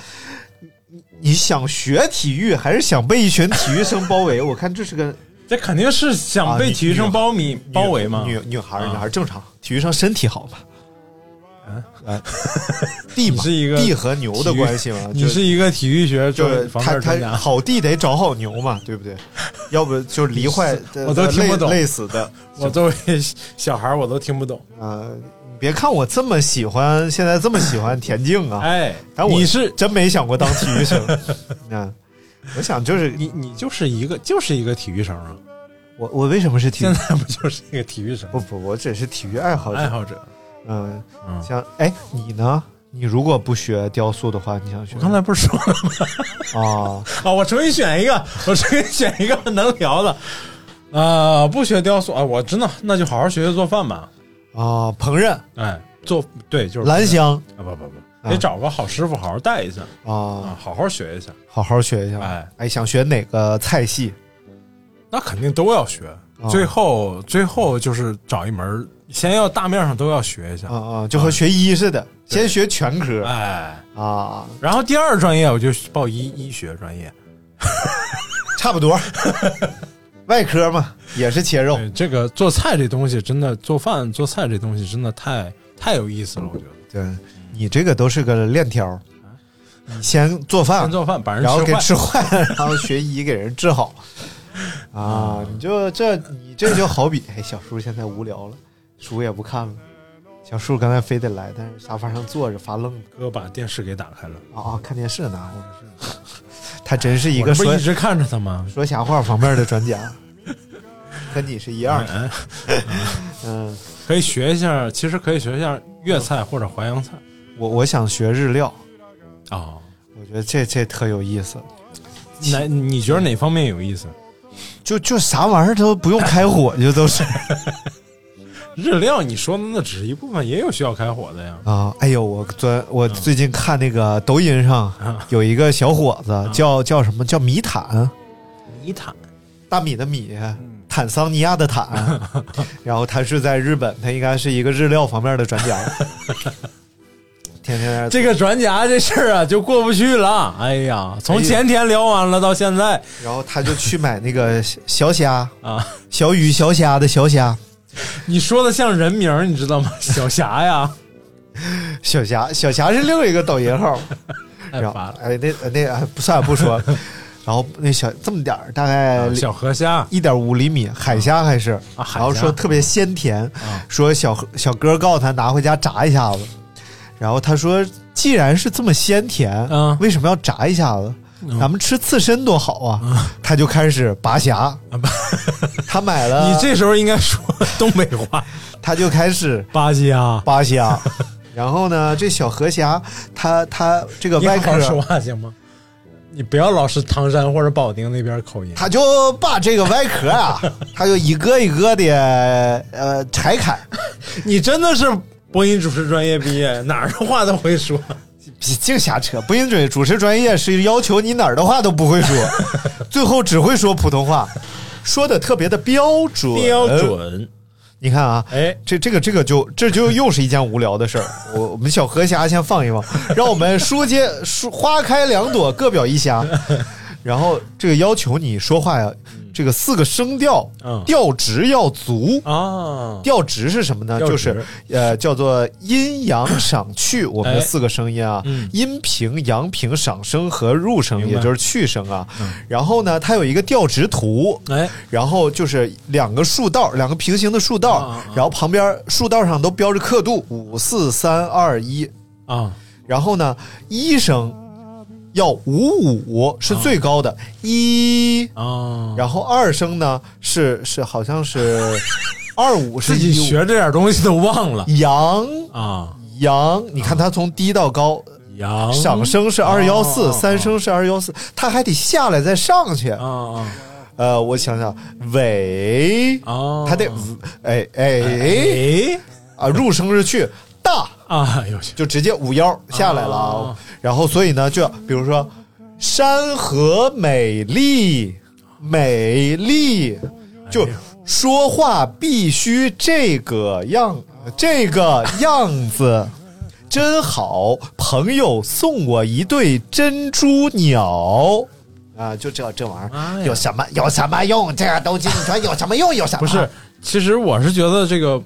Speaker 2: 你你想学体育，还是想被一群体育生包围？我 [laughs] 看这是个
Speaker 3: 这肯定是
Speaker 2: 啊
Speaker 3: 想被体育生包米包围嘛。
Speaker 2: 女女孩儿，
Speaker 3: 啊
Speaker 2: 女孩儿正常，体育生身体好嘛？嗯，地
Speaker 3: 你
Speaker 2: 嘛，
Speaker 3: 是一个
Speaker 2: 地和牛的关系嘛？
Speaker 3: [laughs] 你
Speaker 2: 就是
Speaker 3: 一个体育学
Speaker 2: 就是
Speaker 3: 方
Speaker 2: 他
Speaker 3: 面专
Speaker 2: 他
Speaker 3: 家，
Speaker 2: 好地得找好牛嘛，对不对？要不就是离坏，
Speaker 3: [laughs] 我都听不懂
Speaker 2: 累累死的。
Speaker 3: 我作为小孩儿我都听不懂。
Speaker 2: 呃，你别看我这么喜欢，现在这么喜欢田径啊，
Speaker 3: 哎，
Speaker 2: 但我
Speaker 3: 你是
Speaker 2: 真没想过当体育 [laughs] 生。嗯，我想就是
Speaker 3: 你你就是一个就是一个体育生啊， [laughs]
Speaker 2: 我我为什么是体育
Speaker 3: 现？在不就是一个体育生
Speaker 2: 不不，我只是体育爱好
Speaker 3: 爱
Speaker 2: 者。
Speaker 3: 好者？
Speaker 2: 嗯，
Speaker 3: 嗯
Speaker 2: 像哎，你呢？你如果不学雕塑的话，你想学？
Speaker 3: 我刚才不是说了吗？
Speaker 2: 哦，
Speaker 3: [laughs] 啊，我重新选一个，我重新选一个能聊的。啊、不学雕塑啊，我真的那就好好学学做饭吧。
Speaker 2: 啊，烹饪、
Speaker 3: 哎，做对就是
Speaker 2: 兰香
Speaker 3: 啊，不不不，
Speaker 2: 啊
Speaker 3: 得找个好师傅好好带一下
Speaker 2: 啊，
Speaker 3: 啊，好好学一下。
Speaker 2: 好好学一下。
Speaker 3: 哎
Speaker 2: 哎，想学哪个菜系？
Speaker 3: 那肯定都要学。
Speaker 2: 哦
Speaker 3: 最后，最后就是找一门儿，先要大面上都要学一下。
Speaker 2: 啊啊，就和学医似的，先学全科
Speaker 3: 嗯哎，
Speaker 2: 啊，
Speaker 3: 然后第二专业我就报医医学专业。
Speaker 2: 差不
Speaker 3: [laughs]
Speaker 2: 多。外科嘛，也是切肉。
Speaker 3: 对，这个做菜这东西真的，做饭做菜这东西真的太太有意思了，我觉得。
Speaker 2: 对你这个都是个链条儿，你先做饭
Speaker 3: 嗯先，做饭把人
Speaker 2: 啊然后
Speaker 3: 吃
Speaker 2: 给
Speaker 3: 坏，
Speaker 2: 吃坏了，然后学医给人治好。啊，你就这，你这就好比，哎，小叔现在无聊了，书也不看了。小叔刚才非得来，但是沙发上坐着发愣子
Speaker 3: 哥把电视给打开了。
Speaker 2: 啊啊，看电视呢。 [laughs] 他真是一
Speaker 3: 我
Speaker 2: 个
Speaker 3: 这不
Speaker 2: 说
Speaker 3: 是一直看着他吗？
Speaker 2: 说瞎话方面的专家， [laughs] 跟你是一样的。
Speaker 3: 嗯，
Speaker 2: 嗯，
Speaker 3: 可以学一下，其实可以学一下粤菜或者淮扬菜
Speaker 2: 我我想学日料，
Speaker 3: 啊。
Speaker 2: 我觉得这这特有意思。
Speaker 3: 哪、你觉得哪方面有意思？
Speaker 2: 就就啥玩意儿都不用开火，就都是。
Speaker 3: 日料你说的那只是一部分，也有需要开火的呀。
Speaker 2: 啊，哎呦，我昨
Speaker 3: 嗯
Speaker 2: 我最近看那个抖音上
Speaker 3: 啊
Speaker 2: 有一个小伙
Speaker 3: 嗯
Speaker 2: 子叫叫什么叫米坦，
Speaker 3: 泥炭
Speaker 2: 大米的米，
Speaker 3: 嗯
Speaker 2: 坦桑尼亚的
Speaker 3: [laughs]
Speaker 2: 坦，然后他是在日本，他应该是一个日料方面的专
Speaker 3: [laughs]
Speaker 2: 家，天天在那
Speaker 3: 这个转夹这事儿啊，就过不去了。哎呀，从前天聊完了到现在
Speaker 2: 然后他就去买那个小小虾、
Speaker 3: 啊， [laughs]
Speaker 2: 小鱼、小虾的小虾、
Speaker 3: 你说的像人名儿，你知道吗？ [laughs] 小霞呀，
Speaker 2: 小虾、小虾是另一个抖音号。
Speaker 3: 太
Speaker 2: 然后
Speaker 3: 烦了。
Speaker 2: 哎，那那哎不算了，不说了。然后那小这么点儿，大概
Speaker 3: 小河虾，
Speaker 2: 一点五厘米海虾还是，
Speaker 3: 啊海虾啊
Speaker 2: 然后说特别鲜甜，说小何小哥告诉他拿回家炸一下子，然后他说既然是这么鲜甜，
Speaker 3: 嗯
Speaker 2: 为什么要炸一下子？咱们吃刺身多好啊！
Speaker 3: 嗯
Speaker 2: 他就开始拔虾， [laughs] 他买了，
Speaker 3: 啊你这时候应该说东北话，
Speaker 2: 他就开始
Speaker 3: [laughs] 巴西啊，
Speaker 2: 扒
Speaker 3: [laughs]
Speaker 2: 虾，然后呢，这小河虾，他他这个
Speaker 3: 你好
Speaker 2: 外
Speaker 3: 好
Speaker 2: 科
Speaker 3: 说话行吗？你不要老是唐山或者保定那边口音。
Speaker 2: 他就把这个外壳啊，他就一个一个的呃拆开，
Speaker 3: 你真的是播音主持专业毕业，哪儿的话都会说。
Speaker 2: 净瞎扯。播音主主持专业是要求你哪儿的话都不会
Speaker 3: [laughs]
Speaker 2: 说，最后只会说普通话，说的特别的标准。
Speaker 3: 标。准，
Speaker 2: 你看啊，
Speaker 3: 哎
Speaker 2: 这这个这个就这就又是一件无聊的事儿。我我们小河虾先放一
Speaker 3: [laughs]
Speaker 2: 放，让我们书接书花开两朵，各表一虾。然后这个要求你说话呀，这个四个声调
Speaker 3: 嗯
Speaker 2: 调值要足。
Speaker 3: 啊，
Speaker 2: 调值是什么呢？
Speaker 3: 调值
Speaker 2: 就是呃，叫做阴阳赏去，我们的
Speaker 3: 哎
Speaker 2: 四个声音啊，
Speaker 3: 嗯
Speaker 2: 阴平、阳平、赏声和入声，
Speaker 3: 明白嗯
Speaker 2: 也就是去声啊。然后呢，它有一个调值图，
Speaker 3: 哎，
Speaker 2: 然后就是两个竖道，两个平行的竖道，
Speaker 3: 啊啊啊
Speaker 2: 然后旁边竖道上都标着刻度，五四三二一。
Speaker 3: 啊，
Speaker 2: 然后呢，一声要五五是最高的，一、
Speaker 3: 啊，
Speaker 2: 然后二声呢是是好像
Speaker 3: [laughs]
Speaker 2: 是二五是
Speaker 3: 自己
Speaker 2: 一五
Speaker 3: 学这点东西都忘了
Speaker 2: 阳
Speaker 3: 啊。
Speaker 2: 阳，你看它从低到高，
Speaker 3: 阳
Speaker 2: 上升是二幺四，
Speaker 3: 嗯哦
Speaker 2: 三升是二幺四，它还得下来再上去。
Speaker 3: 啊啊
Speaker 2: 呃，我想想，尾，
Speaker 3: 啊，
Speaker 2: 它得哎哎
Speaker 3: 哎
Speaker 2: 啊，入声是去大，
Speaker 3: 啊，哎呦我去，
Speaker 2: 就直接五幺下来了啊。
Speaker 3: 哦
Speaker 2: 然后所以呢，就比如说山河美丽，美丽，就说话必须这个样，这个样子。真好，朋友送我一对珍珠鸟，啊，就这这玩意儿、
Speaker 3: 哎呀
Speaker 2: 有什么有什么用？这个东西你说有什么用？有什么？
Speaker 3: 不是，其实我是觉得这个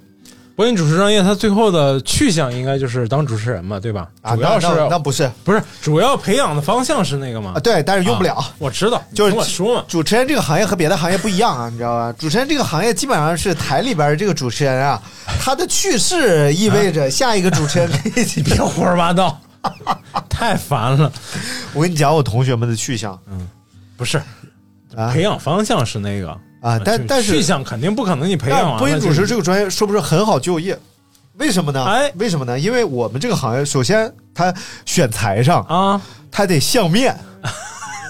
Speaker 3: 播音主持专业，它最后的去向应该就是当主持人嘛，对吧？
Speaker 2: 啊，
Speaker 3: 主要是
Speaker 2: 那那那不是
Speaker 3: 不是主要培养的方向是那个嘛？
Speaker 2: 啊，对，但是用不了。
Speaker 3: 啊我知道，你
Speaker 2: 就是
Speaker 3: 听我说嘛，
Speaker 2: [laughs] 主持人这个行业和别的行业不一样啊，你知道吧？主持人这个行业基本上是台里边儿这个主持人啊， [laughs] 他的去世意味着下一个主持人可以
Speaker 3: 你别胡说八道，太烦了。
Speaker 2: 我跟你讲，我同学们的去
Speaker 3: [laughs]
Speaker 2: 向
Speaker 3: 不是，
Speaker 2: 啊
Speaker 3: 培养方向是那个
Speaker 2: 啊但
Speaker 3: 就
Speaker 2: 但是
Speaker 3: 去向肯定不可能，你培养
Speaker 2: 但
Speaker 3: 完了
Speaker 2: 播音主持这
Speaker 3: 就
Speaker 2: 个专业说不是很好就业，为什么呢？
Speaker 3: 哎
Speaker 2: 为什么呢？因为我们这个行业，首先他选材上，
Speaker 3: 啊，
Speaker 2: 他得相面，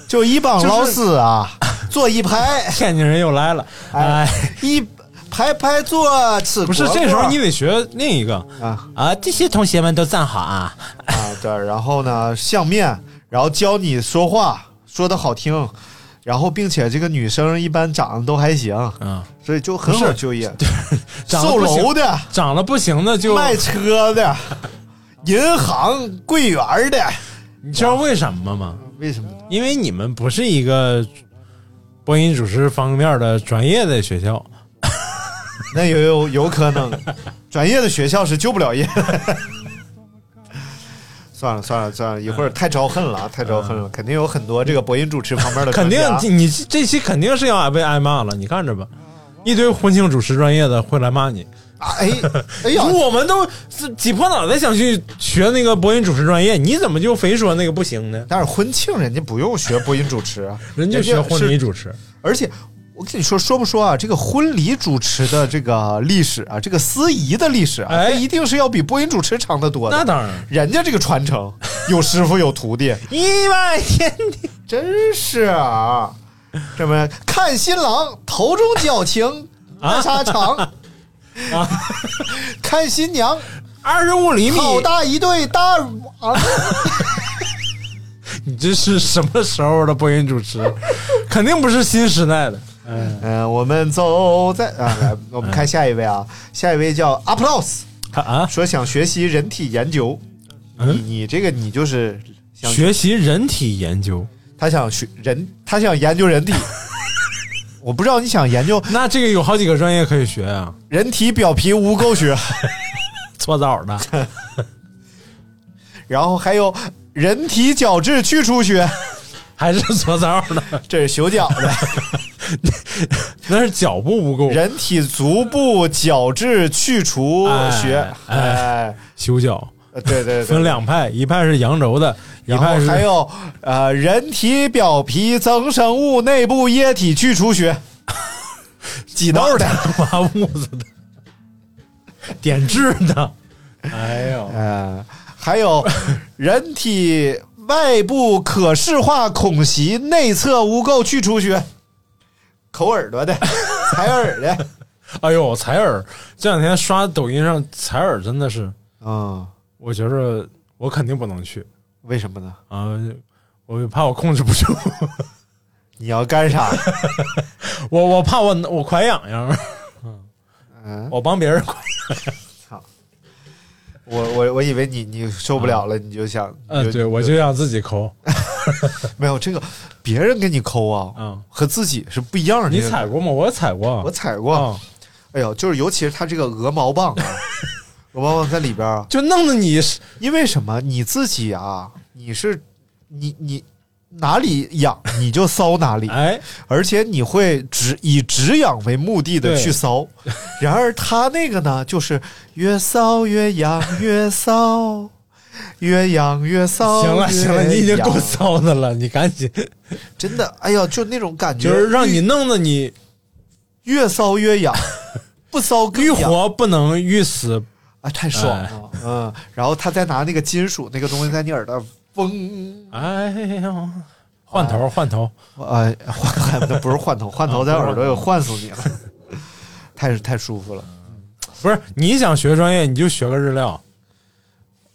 Speaker 2: 就一
Speaker 3: [laughs]
Speaker 2: 帮老师啊，坐一排，
Speaker 3: 天津人又来了，哎，
Speaker 2: [laughs] 一排排坐吃
Speaker 3: 不是
Speaker 2: 蝈蝈
Speaker 3: 这时候你得学另一个
Speaker 2: 啊
Speaker 3: 啊，这些同学们都站好啊，
Speaker 2: 啊，对，然后呢，相面，然后教你说话，说的好听，然后并且这个女生一般长得都还行，
Speaker 3: 嗯，
Speaker 2: 所以就很
Speaker 3: 不
Speaker 2: 好
Speaker 3: 是
Speaker 2: 就业。
Speaker 3: 长得
Speaker 2: 售
Speaker 3: 不行
Speaker 2: 楼的、
Speaker 3: 长得不行的就
Speaker 2: 卖车的、银行柜员的，
Speaker 3: 你知道为什么吗？
Speaker 2: 为什么？
Speaker 3: 因为你们不是一个播音主持方面的专业的学校，
Speaker 2: 那也有有可能，转业的学校是救不了业的。算了算了算了，一会儿太招恨了啊，太招恨了，肯定有很多这个播音主持旁边的
Speaker 3: 嗯肯定
Speaker 2: 专家
Speaker 3: 你你这期肯定是要被挨骂了，你看着吧，
Speaker 2: 哦
Speaker 3: 一堆婚庆主持专业的会来骂你。
Speaker 2: 啊哎哎呀，
Speaker 3: 我们都是挤破脑袋想去学那个播音主持专业，你怎么就非说那个不行呢？
Speaker 2: 但是婚庆人家不用学播音主持啊，
Speaker 3: 人家学婚礼
Speaker 2: 是
Speaker 3: 主持，
Speaker 2: 而且我跟你说，说不说啊？这个婚礼主持的这个历史啊，这个司仪的历史啊，
Speaker 3: 哎
Speaker 2: 这一定是要比播音主持长得多的。
Speaker 3: 那当然，
Speaker 2: 人家这个传承有师傅有徒
Speaker 3: [laughs]
Speaker 2: 弟，
Speaker 3: 一
Speaker 2: [laughs]
Speaker 3: 万天地
Speaker 2: 真是啊！这么看新郎头重脚轻，那啥
Speaker 3: [laughs]
Speaker 2: 长啊？看新娘，
Speaker 3: 二十五厘米，
Speaker 2: 好大一对大乳啊！
Speaker 3: 你这是什么时候的播音主持？肯定不是新时代的。嗯，
Speaker 2: 嗯，我们走在啊，来，我们看下一位啊，下一位叫 Applause。
Speaker 3: 啊，
Speaker 2: 说想学习人体研究，你
Speaker 3: 嗯
Speaker 2: 你这个你就是想
Speaker 3: 学习人体研究，
Speaker 2: 他想学人，他想研究
Speaker 3: [laughs]
Speaker 2: 人体。我不知道你想研究
Speaker 3: 那这个有好几个专业可以学啊，
Speaker 2: 人体表皮污垢学，
Speaker 3: 搓澡的，
Speaker 2: [laughs] 然后还有人体角质去除
Speaker 3: [laughs]
Speaker 2: 学，
Speaker 3: 还是搓澡的， [laughs]
Speaker 2: 这是修脚的；
Speaker 3: 那是脚部污垢，
Speaker 2: 人体足部角质去除学，
Speaker 3: 哎
Speaker 2: 哎，
Speaker 3: 修脚
Speaker 2: 呃对对对，
Speaker 3: 分。两派，一派是扬州的，一
Speaker 2: 然
Speaker 3: 派
Speaker 2: 后
Speaker 3: 是
Speaker 2: 还有呃，人体表皮增生物内部液体去除学，
Speaker 3: [laughs]
Speaker 2: 挤痘的。
Speaker 3: 挖屋子的，点痣的，哎呦，
Speaker 2: 呃，还有人体外部可视化孔隙内侧污垢去除学，抠耳朵的，采耳的
Speaker 3: 哎呦，采耳！这两天刷抖音上采耳，真的是，
Speaker 2: 啊、嗯
Speaker 3: 我觉着我肯定不能去
Speaker 2: 为什么呢？
Speaker 3: 啊，我怕我控制不住， [laughs]
Speaker 2: 你要干啥？
Speaker 3: 我我怕我我快痒痒， [laughs]
Speaker 2: 嗯，
Speaker 3: 我帮别人快，
Speaker 2: 我我我以为你你受不了了，你就想，你
Speaker 3: 嗯，对我就想自己抠，
Speaker 2: 没有这个，别人给你抠啊，
Speaker 3: 嗯，
Speaker 2: 和自己是不一样的。
Speaker 3: 你采过吗？我采过，
Speaker 2: 我采过，
Speaker 3: 啊
Speaker 2: 哎呦，就是尤其是它这个鹅毛棒
Speaker 3: [laughs]
Speaker 2: 啊，鹅毛棒在里边啊，
Speaker 3: 就弄得你是
Speaker 2: 因为什么？你自己啊，你是你你哪里痒你就搔哪里，
Speaker 3: 哎，
Speaker 2: 而且你会只以止痒为目的的
Speaker 3: 对
Speaker 2: 去搔。然而它那个呢，就是越搔越痒，越搔越痒越搔。
Speaker 3: 行了
Speaker 2: 越
Speaker 3: 行了，你已经够
Speaker 2: 痒
Speaker 3: 骚的了，你赶紧，
Speaker 2: 真的，哎呀，就那种感觉，
Speaker 3: 就是让你
Speaker 2: 越
Speaker 3: 弄得你
Speaker 2: 越搔越
Speaker 3: [laughs]
Speaker 2: 痒，不搔更
Speaker 3: 欲哎
Speaker 2: 痒
Speaker 3: 活不能欲死，
Speaker 2: 啊，太爽了，嗯，然后他再拿那个金属那个东西在你耳朵嗡，
Speaker 3: 哎呦，换
Speaker 2: 啊
Speaker 3: 头换头，
Speaker 2: 哎，换换不是换头，换头在耳朵又换死你了，太太舒服了。
Speaker 3: 不是你想学专业，你就学个日料，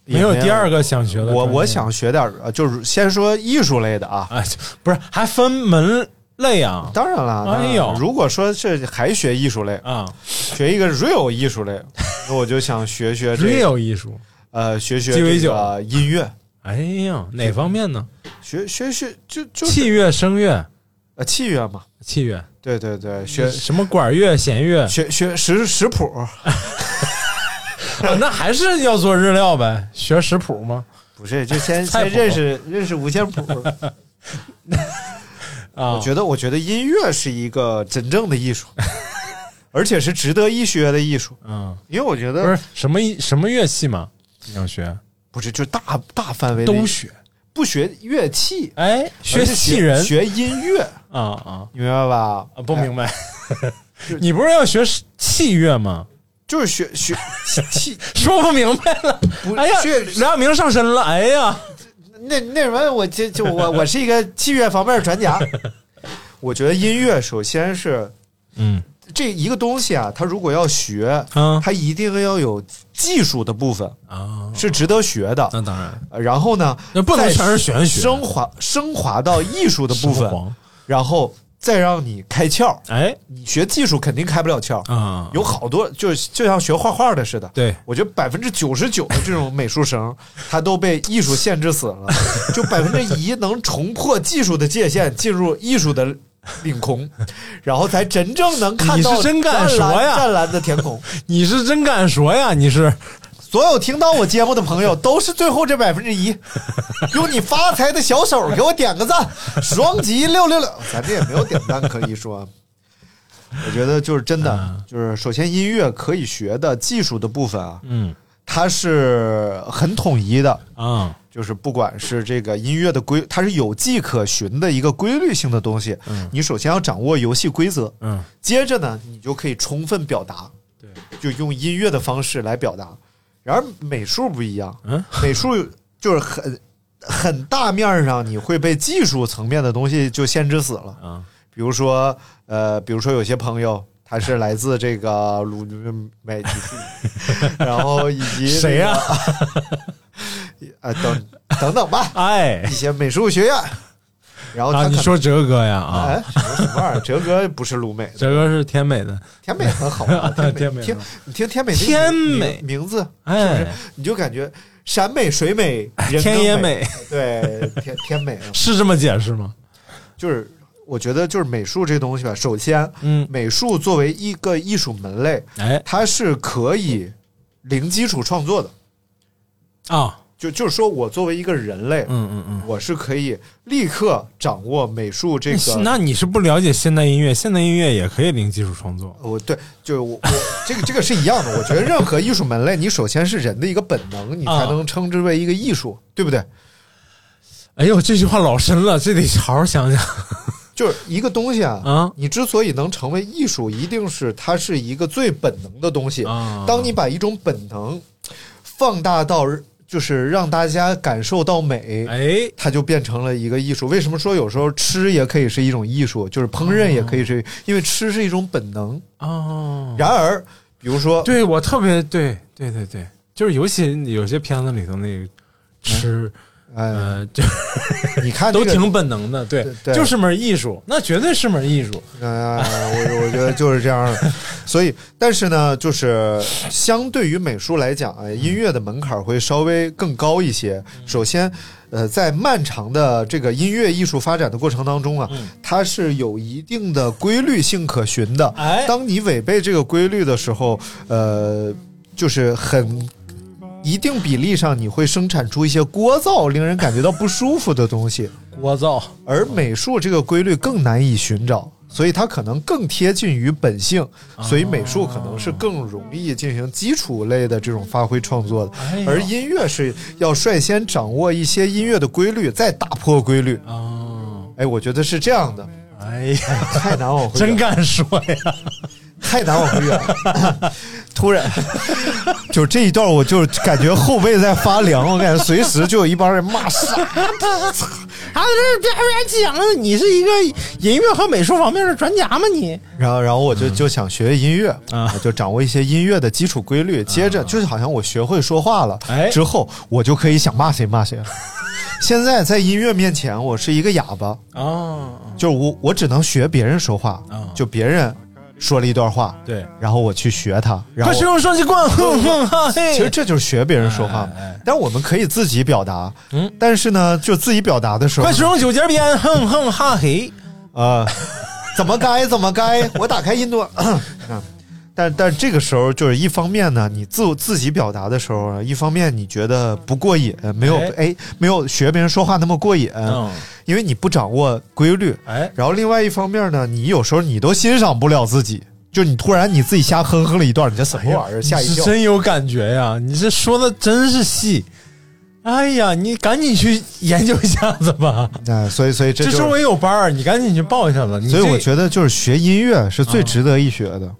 Speaker 3: 没有第二
Speaker 2: 个，
Speaker 3: 个想学的专业。
Speaker 2: 我我想学点儿，呃就是先说艺术类的啊，
Speaker 3: 啊，就不是还分门类啊
Speaker 2: 当然了，
Speaker 3: 哎呦
Speaker 2: 当然了如果说是还学艺术类，
Speaker 3: 啊
Speaker 2: 学一个 real 艺术类，那我就想学学这个
Speaker 3: [laughs] ，real 艺术。
Speaker 2: 呃，学学
Speaker 3: 鸡尾
Speaker 2: 这个音乐，
Speaker 3: 哎呀，哪方面呢？
Speaker 2: 学学学就就是
Speaker 3: 器乐、声乐、
Speaker 2: 呃器乐嘛，
Speaker 3: 器乐，
Speaker 2: 对对对，学
Speaker 3: 什么管乐、弦乐？
Speaker 2: 学学识识谱，
Speaker 3: 啊那还是要做日料呗，学食谱吗？
Speaker 2: 不是，就先
Speaker 3: [laughs] 菜
Speaker 2: 先
Speaker 3: 谱
Speaker 2: 认识认识五线谱。
Speaker 3: 啊，
Speaker 2: 我觉得，我觉得音乐是一个真正的艺
Speaker 3: [laughs]
Speaker 2: 术，而且是值得一学的艺术。
Speaker 3: 嗯，
Speaker 2: 因为我觉得
Speaker 3: 不是什么什么乐器嘛，你想学
Speaker 2: 不是，就大大范围的
Speaker 3: 都学，
Speaker 2: 不学乐器，
Speaker 3: 哎，
Speaker 2: 而
Speaker 3: 学
Speaker 2: 是
Speaker 3: 器人
Speaker 2: 学音乐，
Speaker 3: 啊啊
Speaker 2: 你明白吧？
Speaker 3: 啊，不
Speaker 2: 哎
Speaker 3: 明白。你不是要学器乐吗？
Speaker 2: 就是学学 [laughs] 器，
Speaker 3: 说不明白了
Speaker 2: 不，
Speaker 3: 哎呀
Speaker 2: 这，
Speaker 3: 梁晓明上身了，哎呀，
Speaker 2: 那那什么，我这就我我是一个器乐方面的专
Speaker 3: [laughs]
Speaker 2: 家。我觉得音乐首先是
Speaker 3: 嗯
Speaker 2: 这一个东西啊，它如果要学，
Speaker 3: 嗯
Speaker 2: 它一定要有技术的部分，
Speaker 3: 啊，
Speaker 2: 是值得学的。
Speaker 3: 那当然，
Speaker 2: 呃然后呢，
Speaker 3: 那不能
Speaker 2: 再
Speaker 3: 全是玄学
Speaker 2: 升华升华到艺术的部分
Speaker 3: [laughs] 生，黄，
Speaker 2: 然后再让你开窍。
Speaker 3: 哎
Speaker 2: 你学技术肯定开不了窍，
Speaker 3: 啊，
Speaker 2: 有好多就就像学画画的似的。
Speaker 3: 对
Speaker 2: 我觉得百分之九十九的这种美术生，他都被艺术限制死了，就百分之一能重破技术的界限，进入艺术的。领空，然后才真正能看
Speaker 3: 你
Speaker 2: 到
Speaker 3: 是真敢说呀
Speaker 2: 湛蓝湛蓝的天空。
Speaker 3: 你是真敢说呀，你是
Speaker 2: 所有听到我节目的朋友，都是最后这百分之一，用你发财的小手给我点个赞，双击六六六，咱这也没有点赞可以说。我觉得就是真的，就是首先音乐可以学的技术的部分啊，
Speaker 3: 嗯
Speaker 2: 它是很统一的，
Speaker 3: 啊，
Speaker 2: 就是不管是这个音乐的规，它是有迹可循的一个规律性的东西。你首先要掌握游戏规则，
Speaker 3: 嗯
Speaker 2: 接着呢，你就可以充分表达，
Speaker 3: 对，
Speaker 2: 就用音乐的方式来表达。然而美术不一样，
Speaker 3: 嗯，
Speaker 2: 美术就是很很大面儿上你会被技术层面的东西就限制死了。
Speaker 3: 啊，
Speaker 2: 比如说，呃，比如说有些朋友他是来自这个鲁嗯美， [laughs] 然后以及那个
Speaker 3: 谁呀？
Speaker 2: 啊，等等等吧，
Speaker 3: 哎
Speaker 2: 一些美术学院，然哦后他
Speaker 3: 啊，
Speaker 2: 可
Speaker 3: 你
Speaker 2: 能
Speaker 3: 说哲哥呀
Speaker 2: 哎
Speaker 3: 啊，，
Speaker 2: 什么什么玩意儿？哲哥不是鲁美的，
Speaker 3: 哲哥是天美的，
Speaker 2: 天美很好
Speaker 3: [laughs]
Speaker 2: 啊，
Speaker 3: 天
Speaker 2: 美
Speaker 3: 美
Speaker 2: 听
Speaker 3: 很好
Speaker 2: 你听天美这个
Speaker 3: 天
Speaker 2: 名
Speaker 3: 美
Speaker 2: 名名字，
Speaker 3: 哎
Speaker 2: 是不是你就感觉山美、水
Speaker 3: [laughs]
Speaker 2: 美、人
Speaker 3: 天也
Speaker 2: 更
Speaker 3: 美，
Speaker 2: 对，天天美啊，
Speaker 3: 是这么解释吗？
Speaker 2: 就是我觉得就是美术这东西吧，首先，
Speaker 3: 嗯
Speaker 2: 美术作为一个艺术门类，
Speaker 3: 哎
Speaker 2: 它是可以零基础创作的，
Speaker 3: 啊，
Speaker 2: 就就是说我作为一个人类，
Speaker 3: 嗯嗯嗯。
Speaker 2: 我是可以立刻掌握美术这个。
Speaker 3: 那你是不了解现代音乐，现代音乐也可以零技术创作。
Speaker 2: 我对，就是我我这个这个是一样的。我觉得任何艺术门类，你首先是人的一个本能，你才
Speaker 3: 啊
Speaker 2: 能称之为一个艺术，对不对？
Speaker 3: 哎呦，这句话老深了，这得好好想想
Speaker 2: 就是一个东西啊，
Speaker 3: 啊
Speaker 2: 你之所以能成为艺术，一定是它是一个最本能的东西。
Speaker 3: 啊
Speaker 2: 当你把一种本能放大到就就是让大家感受到美，
Speaker 3: 哎，
Speaker 2: 它就变成了一个艺术。为什么说有时候吃也可以是一种艺术，就是烹饪也可以是，因为吃是一种本能。
Speaker 3: 哦，
Speaker 2: 然而，比如说，
Speaker 3: [laughs] 对我特别对对对对，就是尤其有些片子里头那个吃，
Speaker 2: 哎，
Speaker 3: 呃，就
Speaker 2: 你看这
Speaker 3: 都
Speaker 2: 个
Speaker 3: 挺本能的，对
Speaker 2: 对，对
Speaker 3: 就是门艺术，那绝对是门艺术。
Speaker 2: [laughs] 啊，我我觉得就是这样的。 [laughs] 所以，但是呢，就是相对于美术来讲，哎，音乐的门槛会稍微更高一些。首先，呃，在漫长的这个音乐艺术发展的过程当中啊，它是有一定的规律性可循的。
Speaker 3: 哎
Speaker 2: 当你违背这个规律的时候，呃，就是很。一定比例上，你会生产出一些聒噪、令人感觉到不舒服的东西。
Speaker 3: 聒噪，
Speaker 2: 而美术这个规律更难以寻找，所以它可能更贴近于本性，所以美术可能是更容易进行基础类的这种发挥创作的
Speaker 3: 哎呀，
Speaker 2: 而音乐是要率先掌握一些音乐的规律，再打破规律。
Speaker 3: 哦，
Speaker 2: 哎，我觉得是这样的，
Speaker 3: 哎呀，
Speaker 2: 太难往回
Speaker 3: [laughs] 真
Speaker 2: 远，
Speaker 3: 敢说呀！ [laughs]
Speaker 2: 太难往回远了。 [laughs] 突然，就这一段，我就感觉后背在发凉，我感觉随时就有一帮人骂傻。
Speaker 3: 啊，这别别讲了，你是一个音乐和美术方面的专家吗？你
Speaker 2: 然后，然后我就就想学音乐，
Speaker 3: 嗯啊
Speaker 2: 我就掌握一些音乐的基础规律。接着就是好像我学会说话了，
Speaker 3: 哎
Speaker 2: 之后我就可以想骂谁骂
Speaker 3: [laughs]
Speaker 2: 谁了。现在在音乐面前，我是一个哑巴，
Speaker 3: 哦，
Speaker 2: 就是我我只能学别人说话
Speaker 3: 啊，
Speaker 2: 就别人说了一段话，
Speaker 3: 对，
Speaker 2: 然后我去学他，然
Speaker 3: 快
Speaker 2: 后
Speaker 3: 使用双截棍！哼哼哈嘿
Speaker 2: 其实这就是学别人说话
Speaker 3: 哎哎哎，
Speaker 2: 但是我们可以自己表达，
Speaker 3: 嗯
Speaker 2: 但是呢，就自己表达的时候
Speaker 3: 快
Speaker 2: 呢，
Speaker 3: 使用九节鞭！哼哼哈嘿！
Speaker 2: 啊， [laughs] 怎么该怎么
Speaker 3: [laughs]
Speaker 2: 该，我打开印度。啊但但这个时候就是一方面呢，你自自己表达的时候呢，啊一方面你觉得不过瘾，没有
Speaker 3: 哎
Speaker 2: 哎没有学别人说话那么过瘾，
Speaker 3: 嗯，
Speaker 2: 因为你不掌握规律。
Speaker 3: 哎，
Speaker 2: 然后另外一方面呢，你有时候你都欣赏不了自己，就你突然你自己瞎哼哼了一段，你这什么玩意儿，吓一
Speaker 3: 哎你是
Speaker 2: 跳。
Speaker 3: 真有感觉呀！你这说的真是细。哎呀，你赶紧去研究一下子
Speaker 2: [laughs]
Speaker 3: 吧。
Speaker 2: 那哎所以所以这
Speaker 3: 这
Speaker 2: 就是
Speaker 3: 周围有班儿，你赶紧去报一下子。你
Speaker 2: 所以
Speaker 3: 这
Speaker 2: 我觉得就是学音乐是最值得一学的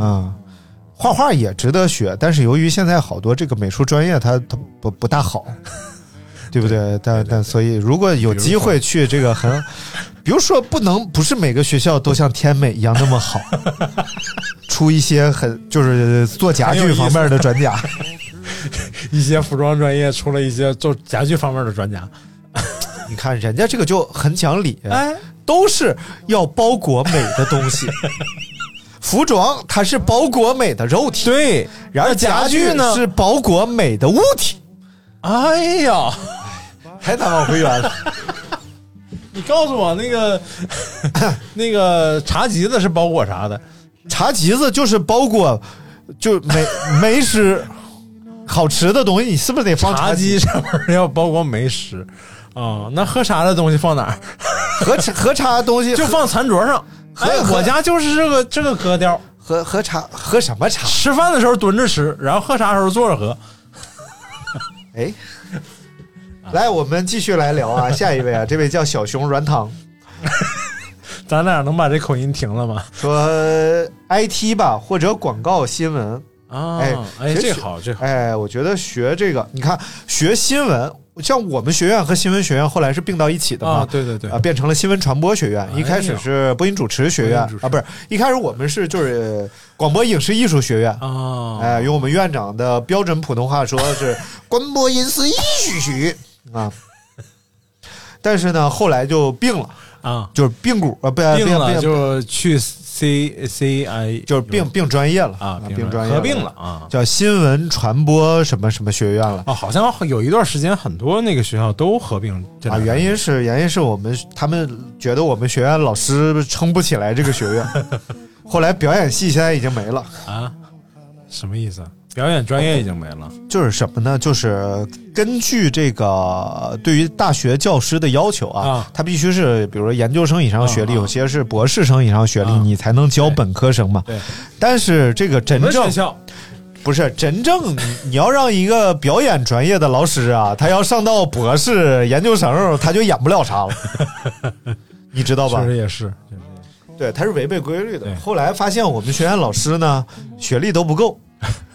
Speaker 2: 啊、画画也值得学，但是由于现在好多这个美术专业它它不不大 [laughs] 好，对不对？但但所以如果有机会去这个很，比如说不能不是每个学校都像天美一样那么 [laughs] 好，出一些很就是做家具方面的专家，
Speaker 3: 一些服装专业出了一些做家具方面的专家。
Speaker 2: [laughs] 你看人家这个就很讲理，
Speaker 3: 哎，
Speaker 2: 都是要包裹美的东 [laughs] 西。服装它是包裹美的肉体，
Speaker 3: 对，
Speaker 2: 然而
Speaker 3: 那家
Speaker 2: 家
Speaker 3: 具
Speaker 2: 具
Speaker 3: 呢
Speaker 2: 是包裹美的物体，
Speaker 3: 哎呀，
Speaker 2: 还难往回圆了。
Speaker 3: 你告诉我
Speaker 2: [laughs]
Speaker 3: 那个那个茶几子是包裹啥的？
Speaker 2: 茶几子就是包裹，就 [laughs] 美美食、好吃的东西，你是不是得放
Speaker 3: 茶
Speaker 2: 茶几？
Speaker 3: 几上面要包裹美食。哦，那喝茶的东西放哪儿？
Speaker 2: [laughs] 喝茶喝茶的东西
Speaker 3: 就放餐桌上。
Speaker 2: 喝
Speaker 3: 哎，
Speaker 2: 喝
Speaker 3: 我家就是这个这个格调，
Speaker 2: 喝喝茶喝什么茶？
Speaker 3: 吃饭的时候蹲着吃，然后喝茶的时候坐着喝。
Speaker 2: 哎，来，我们继续来聊 [laughs] 啊，下一位啊，这位叫小熊软糖。
Speaker 3: 咱俩能把这口音停了吗？
Speaker 2: 说 IT 吧，或者广告新闻，
Speaker 3: 啊，
Speaker 2: 哎
Speaker 3: 哎，
Speaker 2: 其实
Speaker 3: 这好，这好，
Speaker 2: 哎，我觉得学这个，你看学新闻，像我们学院和新闻学院后来是并到一起的嘛，
Speaker 3: 啊对对对
Speaker 2: 啊、变成了新闻传播学院。
Speaker 3: 哎呀
Speaker 2: 一开始是播音主持学院
Speaker 3: 播音主持
Speaker 2: 啊，不是，一开始我们是就是广播影视艺术学院。
Speaker 3: 啊，
Speaker 2: 哎，用我们院长的标准普通话说
Speaker 3: [laughs]
Speaker 2: 是官播音视艺术学啊，但是呢，后来就并了，
Speaker 3: 啊，
Speaker 2: 就是并股啊，不
Speaker 3: 病了
Speaker 2: 哎并
Speaker 3: 就去 C C I，
Speaker 2: 就是并并专业了
Speaker 3: 啊，
Speaker 2: 并专业
Speaker 3: 合并了啊。
Speaker 2: 叫新闻传播什么什么学院了。
Speaker 3: 哦，好像有一段时间，很多那个学校都合并这
Speaker 2: 啊，
Speaker 3: 两个
Speaker 2: 原因是原因是我们他们觉得我们学院老师撑不起来这个学院， [laughs] 后来表演系现在已经没了，
Speaker 3: 啊，什么意思啊？表演专业已经没了
Speaker 2: 就是什么呢？就是根据这个对于大学教师的要求啊，
Speaker 3: 啊
Speaker 2: 他必须是比如说研究生以上学历，
Speaker 3: 啊啊
Speaker 2: 有些是博士生以上学历，
Speaker 3: 啊
Speaker 2: 你才能教本科生嘛。
Speaker 3: 对对
Speaker 2: 但是这个真
Speaker 3: 我们
Speaker 2: 正
Speaker 3: 学校
Speaker 2: 不是真正你，你要让一个表演专业的老师啊，他要上到博士、研究生，他就演不了啥了，
Speaker 3: [laughs]
Speaker 2: 你知道吧
Speaker 3: 确？实也是，
Speaker 2: 对，他是违背规律的
Speaker 3: 对。
Speaker 2: 后来发现我
Speaker 3: [laughs]
Speaker 2: 们学院老师呢，学历都不够，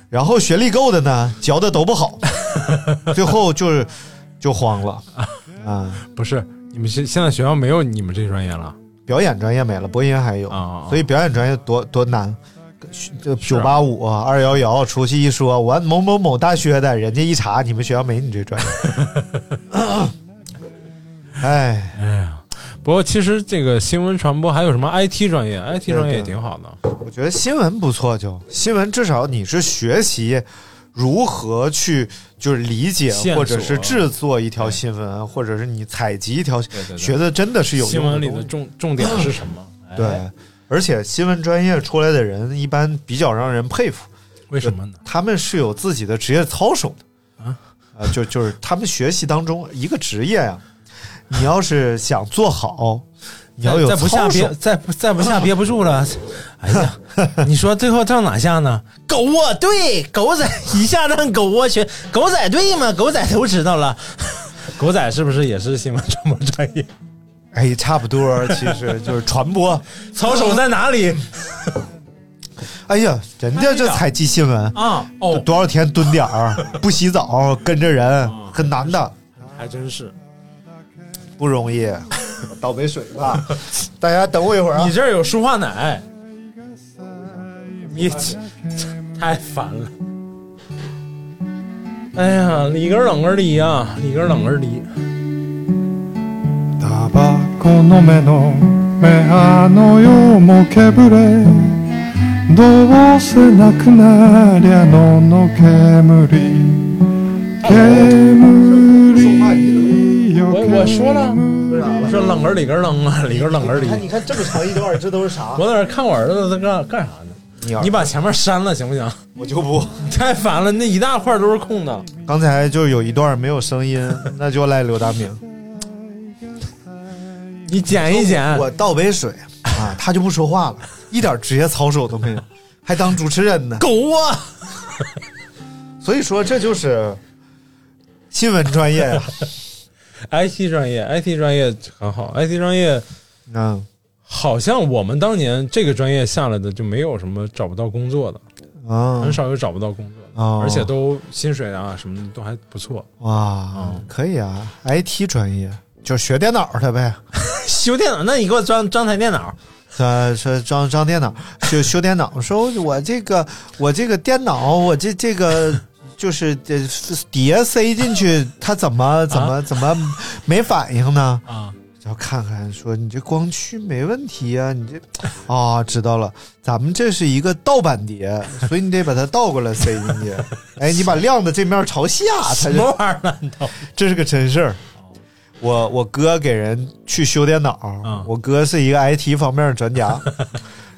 Speaker 2: 然后学历够的呢，教的都不好，最后就是就慌了啊！
Speaker 3: 不是，你们现现在学校没有你们这专业了
Speaker 2: 表演专业没了，播音还有，
Speaker 3: 啊？
Speaker 2: 所以表演专业多多难。这九八五啊，二幺幺，出去一说，我某某某大学的，人家一查，你们学校没你这专
Speaker 3: [laughs]
Speaker 2: 业。哎，
Speaker 3: 不过其实这个新闻传播还有什么 IT 专业，IT 专业也挺好的。
Speaker 2: 我觉得新闻不错就，新闻至少你是学习如何去就是理解
Speaker 3: 线索啊
Speaker 2: 或者是制作一条新闻，或者是你采集一条，
Speaker 3: 对对对
Speaker 2: 学的真的是有
Speaker 3: 新
Speaker 2: 用
Speaker 3: 闻里
Speaker 2: 东
Speaker 3: 的
Speaker 2: 西
Speaker 3: 重重点是什么？哎
Speaker 2: 对，而且新闻专业出来的人一般比较让人佩服，
Speaker 3: 为什么呢？
Speaker 2: 他们是有自己的职业操守的啊，啊，就就是他们学习当中 [laughs] 一个职业呀、你要是想做好，你要有
Speaker 3: 再不下
Speaker 2: 操守
Speaker 3: 憋，，再不再不下憋不住了。哎呀，你说最后上哪下呢？
Speaker 5: 狗窝对狗仔一下让狗窝学狗仔队嘛，狗仔都知道了。
Speaker 3: [laughs] 狗仔是不是也是新闻传播专业？
Speaker 2: 哎，差不多，其
Speaker 3: [laughs]
Speaker 2: 实就是传播。
Speaker 3: 操守在哪里
Speaker 2: 哎呀，人家这采集新闻，
Speaker 3: 啊？哦，
Speaker 2: 多少天蹲点
Speaker 3: [laughs]
Speaker 2: 儿，不洗澡，跟着人，
Speaker 3: 哦
Speaker 2: 很难的，
Speaker 3: 还真是。
Speaker 2: 不容
Speaker 3: [laughs]
Speaker 2: 易。倒杯水吧，大家等我一会儿啊
Speaker 3: 你。这儿有舒化奶，你这太烦了。哎呀，里根儿冷根儿离啊，里根儿冷根儿离。
Speaker 6: タバコの目の目あの世もけぶれどうせなくなりゃのの煙煙よ
Speaker 3: 我我说了，
Speaker 5: 嗯
Speaker 3: 我说冷根儿里根儿冷 [laughs] 啊，里根儿冷根儿离。
Speaker 2: 你看正常一段，这都是啥？
Speaker 3: 我在这儿看我儿子在干干啥呢？
Speaker 2: 你
Speaker 3: 你把前面删了行不 [laughs] 行？
Speaker 2: 我就不。
Speaker 3: 太烦了，那一大块都是空的。
Speaker 2: 刚才就有一段没有声音，那就赖刘大明。
Speaker 3: 你剪一剪，
Speaker 2: 我倒杯水啊，他就不说话了，一点职业操守都没有，还当主持人呢。
Speaker 3: 狗啊！
Speaker 2: 所以说，这就是新闻专业啊
Speaker 3: [laughs]
Speaker 2: 呀、
Speaker 3: IT 专业，IT 专业很好，IT 专业
Speaker 2: 嗯
Speaker 3: 好像我们当年这个专业下来的就没有什么找不到工作的，
Speaker 5: 嗯
Speaker 2: 啊，
Speaker 3: 很少有找不到工作的，
Speaker 2: 哦
Speaker 3: 而且都薪水啊什么的都还不错。
Speaker 2: 哇，
Speaker 3: 嗯
Speaker 2: 可以啊，IT 专业就学电脑的呗。
Speaker 5: 修电脑，那你给我装装台电脑，
Speaker 3: 啊
Speaker 2: 呃，说装装电脑，修修电脑，说我这个我这个电脑，我这这个就是这碟塞进去，它怎么怎么怎么没反应呢？
Speaker 3: 啊，
Speaker 2: 然后看看说你这光驱没问题啊，你这啊、知道了，咱们这是一个倒板碟，所以你得把它倒过来塞进去。哎，你把亮的这面朝下，它
Speaker 3: 什
Speaker 2: 就
Speaker 3: 么玩意儿呢？
Speaker 2: 这是个真事儿。我我哥给人去修电脑，
Speaker 3: 嗯
Speaker 2: 我哥是一个 IT 方面的专
Speaker 3: [laughs]
Speaker 2: 家。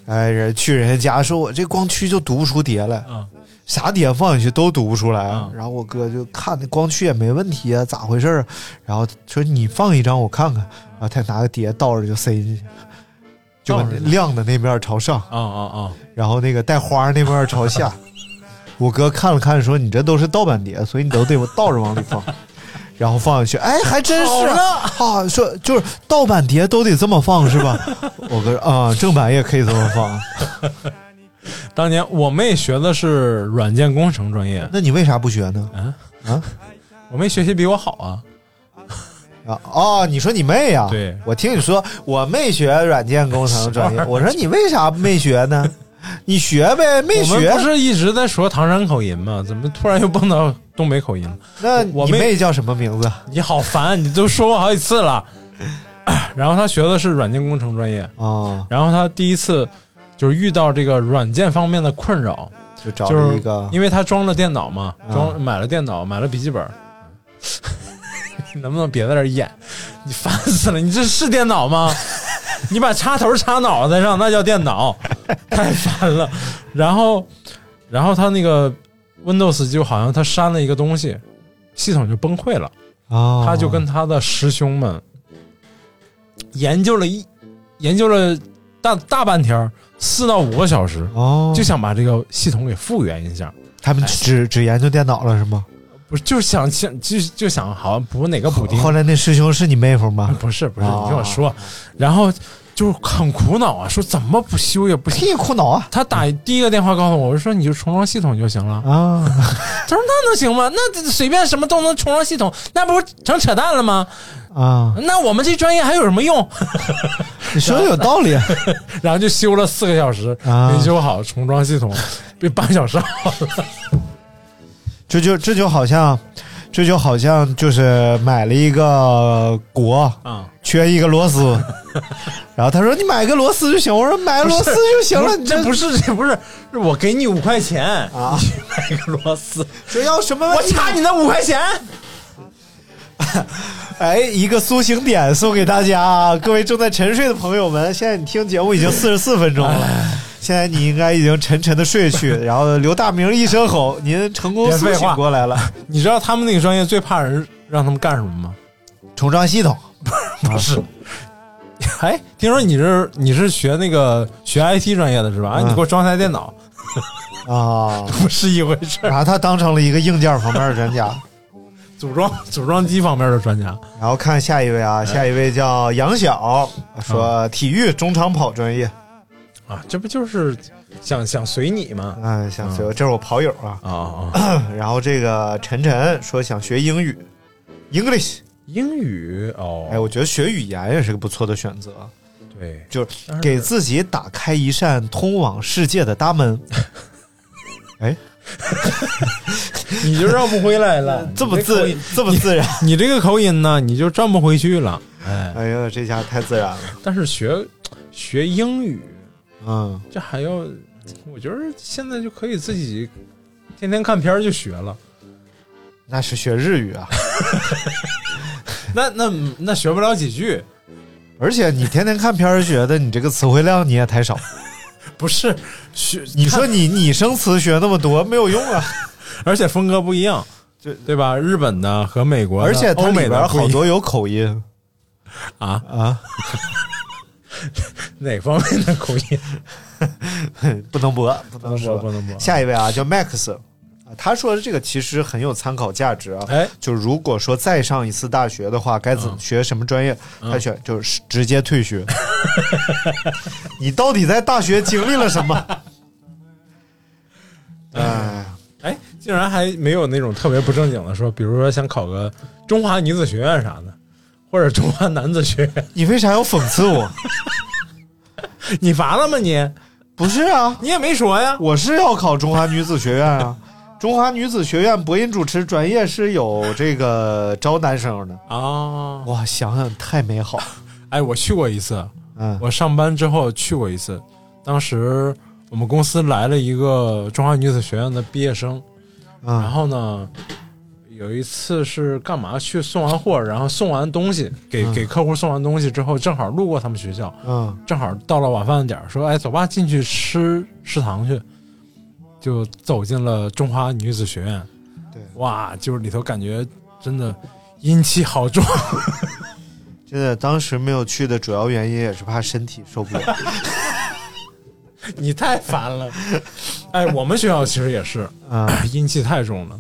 Speaker 2: 哎，人去人家家说，我这光驱就读不出碟来，
Speaker 3: 嗯
Speaker 2: 啥碟放进去都读不出来。
Speaker 3: 嗯
Speaker 2: 然后我哥就看那光驱也没问题啊，咋回事儿啊？然后说你放一张我看看，然后他拿个碟倒着就塞进去，就把
Speaker 3: 倒着
Speaker 2: 亮的那面朝上，
Speaker 3: 啊啊啊！
Speaker 2: 然后那个带花儿那面朝下。 [laughs] 我哥看了看，说：“你这都是盗版碟，所以你都得倒着往里放， [laughs] 然后放进去。”哎，还真是啊！说就是盗版碟都得这么放是吧？ [laughs] 我哥说啊，正版也可以这么放。 [laughs]
Speaker 3: 当年我妹学的是软件工程专业，
Speaker 2: 那你为啥不学呢？
Speaker 3: 嗯我妹学习比我好啊。
Speaker 2: 啊哦，你说你妹呀、
Speaker 3: 对
Speaker 2: 我听你说我妹学软件工程专
Speaker 3: [laughs]
Speaker 2: 业，我说你为啥没学呢？你学呗，没
Speaker 3: 我们
Speaker 2: 学
Speaker 3: 不。是一直在说唐山口音吗？怎么突然又蹦到东北口音了？
Speaker 2: 那
Speaker 3: 我
Speaker 2: 你
Speaker 3: 妹
Speaker 2: 妹叫什么名字
Speaker 3: 你好烦，你都说过好几次了。 [coughs] 然后她学的是软件工程专业，
Speaker 2: 啊？
Speaker 3: 然后她第一次就是遇到这个软件方面的困扰，
Speaker 2: 就找
Speaker 3: 就
Speaker 2: 了
Speaker 3: 是
Speaker 2: 一个
Speaker 3: 因为她装了电脑嘛，
Speaker 2: 啊
Speaker 3: 装买了电脑，买了笔记本。你 [laughs] 能不能别在这儿演？你烦死了！你这是电脑吗？你把插头插脑袋上，那叫电脑， [laughs] 太烦了。然后，然后他那个 Windows 就好像他删了一个东西，系统就崩溃了。
Speaker 2: 啊，
Speaker 3: 他就跟他的师兄们研究了一研究了大大半天儿，四到五个小时，
Speaker 2: 哦，
Speaker 3: 就想把这个系统给复原一下。
Speaker 2: 他们只只研究电脑了是吗？
Speaker 3: 不是，就是想想就就想好像补哪个补丁
Speaker 2: 后，来那师兄是你妹夫吗？
Speaker 3: 不是不是，
Speaker 2: 哦
Speaker 3: 你听我说，然后就是很苦恼啊，说怎么不修也不行。
Speaker 2: 屁苦恼啊
Speaker 3: 他打第一个电话告诉我，我说你就重装系统就
Speaker 2: [laughs]
Speaker 3: 行了。
Speaker 2: 啊！
Speaker 3: 他说那能行吗？那这随便什么都能重装系统，那不是成扯淡了吗？ [laughs]
Speaker 2: 啊，
Speaker 3: 那我们这专业还有什么用？ [laughs]
Speaker 2: 你说的有道理，
Speaker 3: 然后就修了四个小时，
Speaker 2: 啊
Speaker 3: 没修好重装系统，被半小时好了。
Speaker 2: 这就这就好像，这就好像就是买了一个锅，
Speaker 3: 啊，
Speaker 2: 缺一个螺
Speaker 3: [laughs]
Speaker 2: 丝，然后他说你买个螺丝就行，我说买螺丝就行了，
Speaker 3: 不是这不
Speaker 2: 是
Speaker 3: 是这不是，是我给你五块钱，啊、你去买个螺丝，
Speaker 2: 这要什么
Speaker 3: 我
Speaker 2: 问题？
Speaker 3: 差你那五块钱。
Speaker 2: 哎，一个苏醒点送给大家啊，各位正在沉睡的朋友们，现在你听节目已经四十四分钟了。现在你应该已经沉沉的睡去，然后刘大明一声吼，您成功
Speaker 3: 别
Speaker 2: 苏
Speaker 3: 废
Speaker 2: 醒
Speaker 3: 话
Speaker 2: 过来了。
Speaker 3: 你知道他们那个专业最怕人让他们干什么 [laughs] 吗？
Speaker 2: 重装系统，
Speaker 3: 不是。哎，听说你是你是学那个学 IT 专业的是吧？哎，你给我装台电脑， [laughs]
Speaker 2: 啊，
Speaker 3: 不是一回事 [laughs] 儿。
Speaker 2: 把他当成了一个硬件方面的专家。
Speaker 3: 组装组装机方面的专家，
Speaker 2: 然后看下一位啊，下一位叫杨晓，说体育中长跑专业。
Speaker 3: 啊，这不就是想想随你吗？
Speaker 2: 哎，想学，这是我跑友啊。
Speaker 3: 啊啊！
Speaker 2: 然后这个晨晨说想学英语，English。
Speaker 3: [coughs] 英语哦，
Speaker 2: 哎，我觉得学语言也是个不错的选择，
Speaker 3: 对，
Speaker 2: 就是给自己打开一扇通往世界的大门。哎，
Speaker 3: 你就绕不回来 [laughs] 了，
Speaker 2: 这么
Speaker 3: 你口
Speaker 2: 自
Speaker 3: 音
Speaker 2: [laughs] 这么自然，
Speaker 3: 你这个口音呢，你就转不回去了。哎，
Speaker 2: 哎呀，这下太自然了。
Speaker 3: 但是学学英语，
Speaker 2: 嗯，
Speaker 3: 这还要，我觉得现在就可以自己天天看片儿就学了。
Speaker 2: 那是学日语啊，
Speaker 3: 那那那学不了几句，
Speaker 2: 而且你天天看片儿，觉得你这个词汇量你也太少。
Speaker 3: 不是学
Speaker 2: 你说
Speaker 3: 看，
Speaker 2: 你拟声词学那么多没有用啊。 [laughs]
Speaker 3: 而且风格不一样，
Speaker 2: 这
Speaker 3: 对吧？日本的和美国的，
Speaker 2: 而且它
Speaker 3: 欧
Speaker 2: 里
Speaker 3: 美
Speaker 2: 边
Speaker 3: 的
Speaker 2: 儿好多有口音
Speaker 3: 啊
Speaker 2: 啊，
Speaker 3: 哪方面的口音？ [laughs]
Speaker 2: [laughs] 不能播，不
Speaker 3: 不能
Speaker 2: 能
Speaker 3: 播，
Speaker 2: 说。
Speaker 3: 不能播。
Speaker 2: 下一位啊，叫 Max，啊他说的这个其实很有参考价值啊。
Speaker 3: 哎，嗯
Speaker 2: 就如果说再上一次大学的话，该怎么学什么专业？他选就是直接退
Speaker 3: [laughs]
Speaker 2: 学。你到底在大学经历了什
Speaker 3: [laughs]
Speaker 2: 么？哎，
Speaker 3: 哎，竟然还没有那种特别不正经的说，比如说想考个中华女子学院啥的，或者中华男子学院，
Speaker 2: 你为啥要讽刺我？
Speaker 3: 你乏了吗你？
Speaker 2: 不是啊，
Speaker 3: 你也没说呀。
Speaker 2: 我是要考中华女子学院啊。中华女子学院播音主持专业是有这个招男生的。
Speaker 3: 啊，
Speaker 2: 哇，想想太美好。
Speaker 3: 哎，我去过一次，
Speaker 2: 嗯，
Speaker 3: 我上班之后去过一次，当时我们公司来了一个中华女子学院的毕业生，然
Speaker 2: 啊
Speaker 3: 后呢，有一次是干嘛去送完货，然后送完东西给、给客户送完东西之后，正好路过他们学校，
Speaker 2: 嗯
Speaker 3: 正好到了晚饭点儿，说哎，走吧，进去吃食堂去，就走进了中华女子学院。
Speaker 2: 对
Speaker 3: 哇，就是里头感觉真的阴气好重， [laughs]
Speaker 2: 真的，当时没有去的主要原因也是怕身体受不 [laughs] 了。
Speaker 3: 你太烦了。哎，我们学校其实也是， [coughs]
Speaker 2: 嗯，
Speaker 3: 阴气太重了。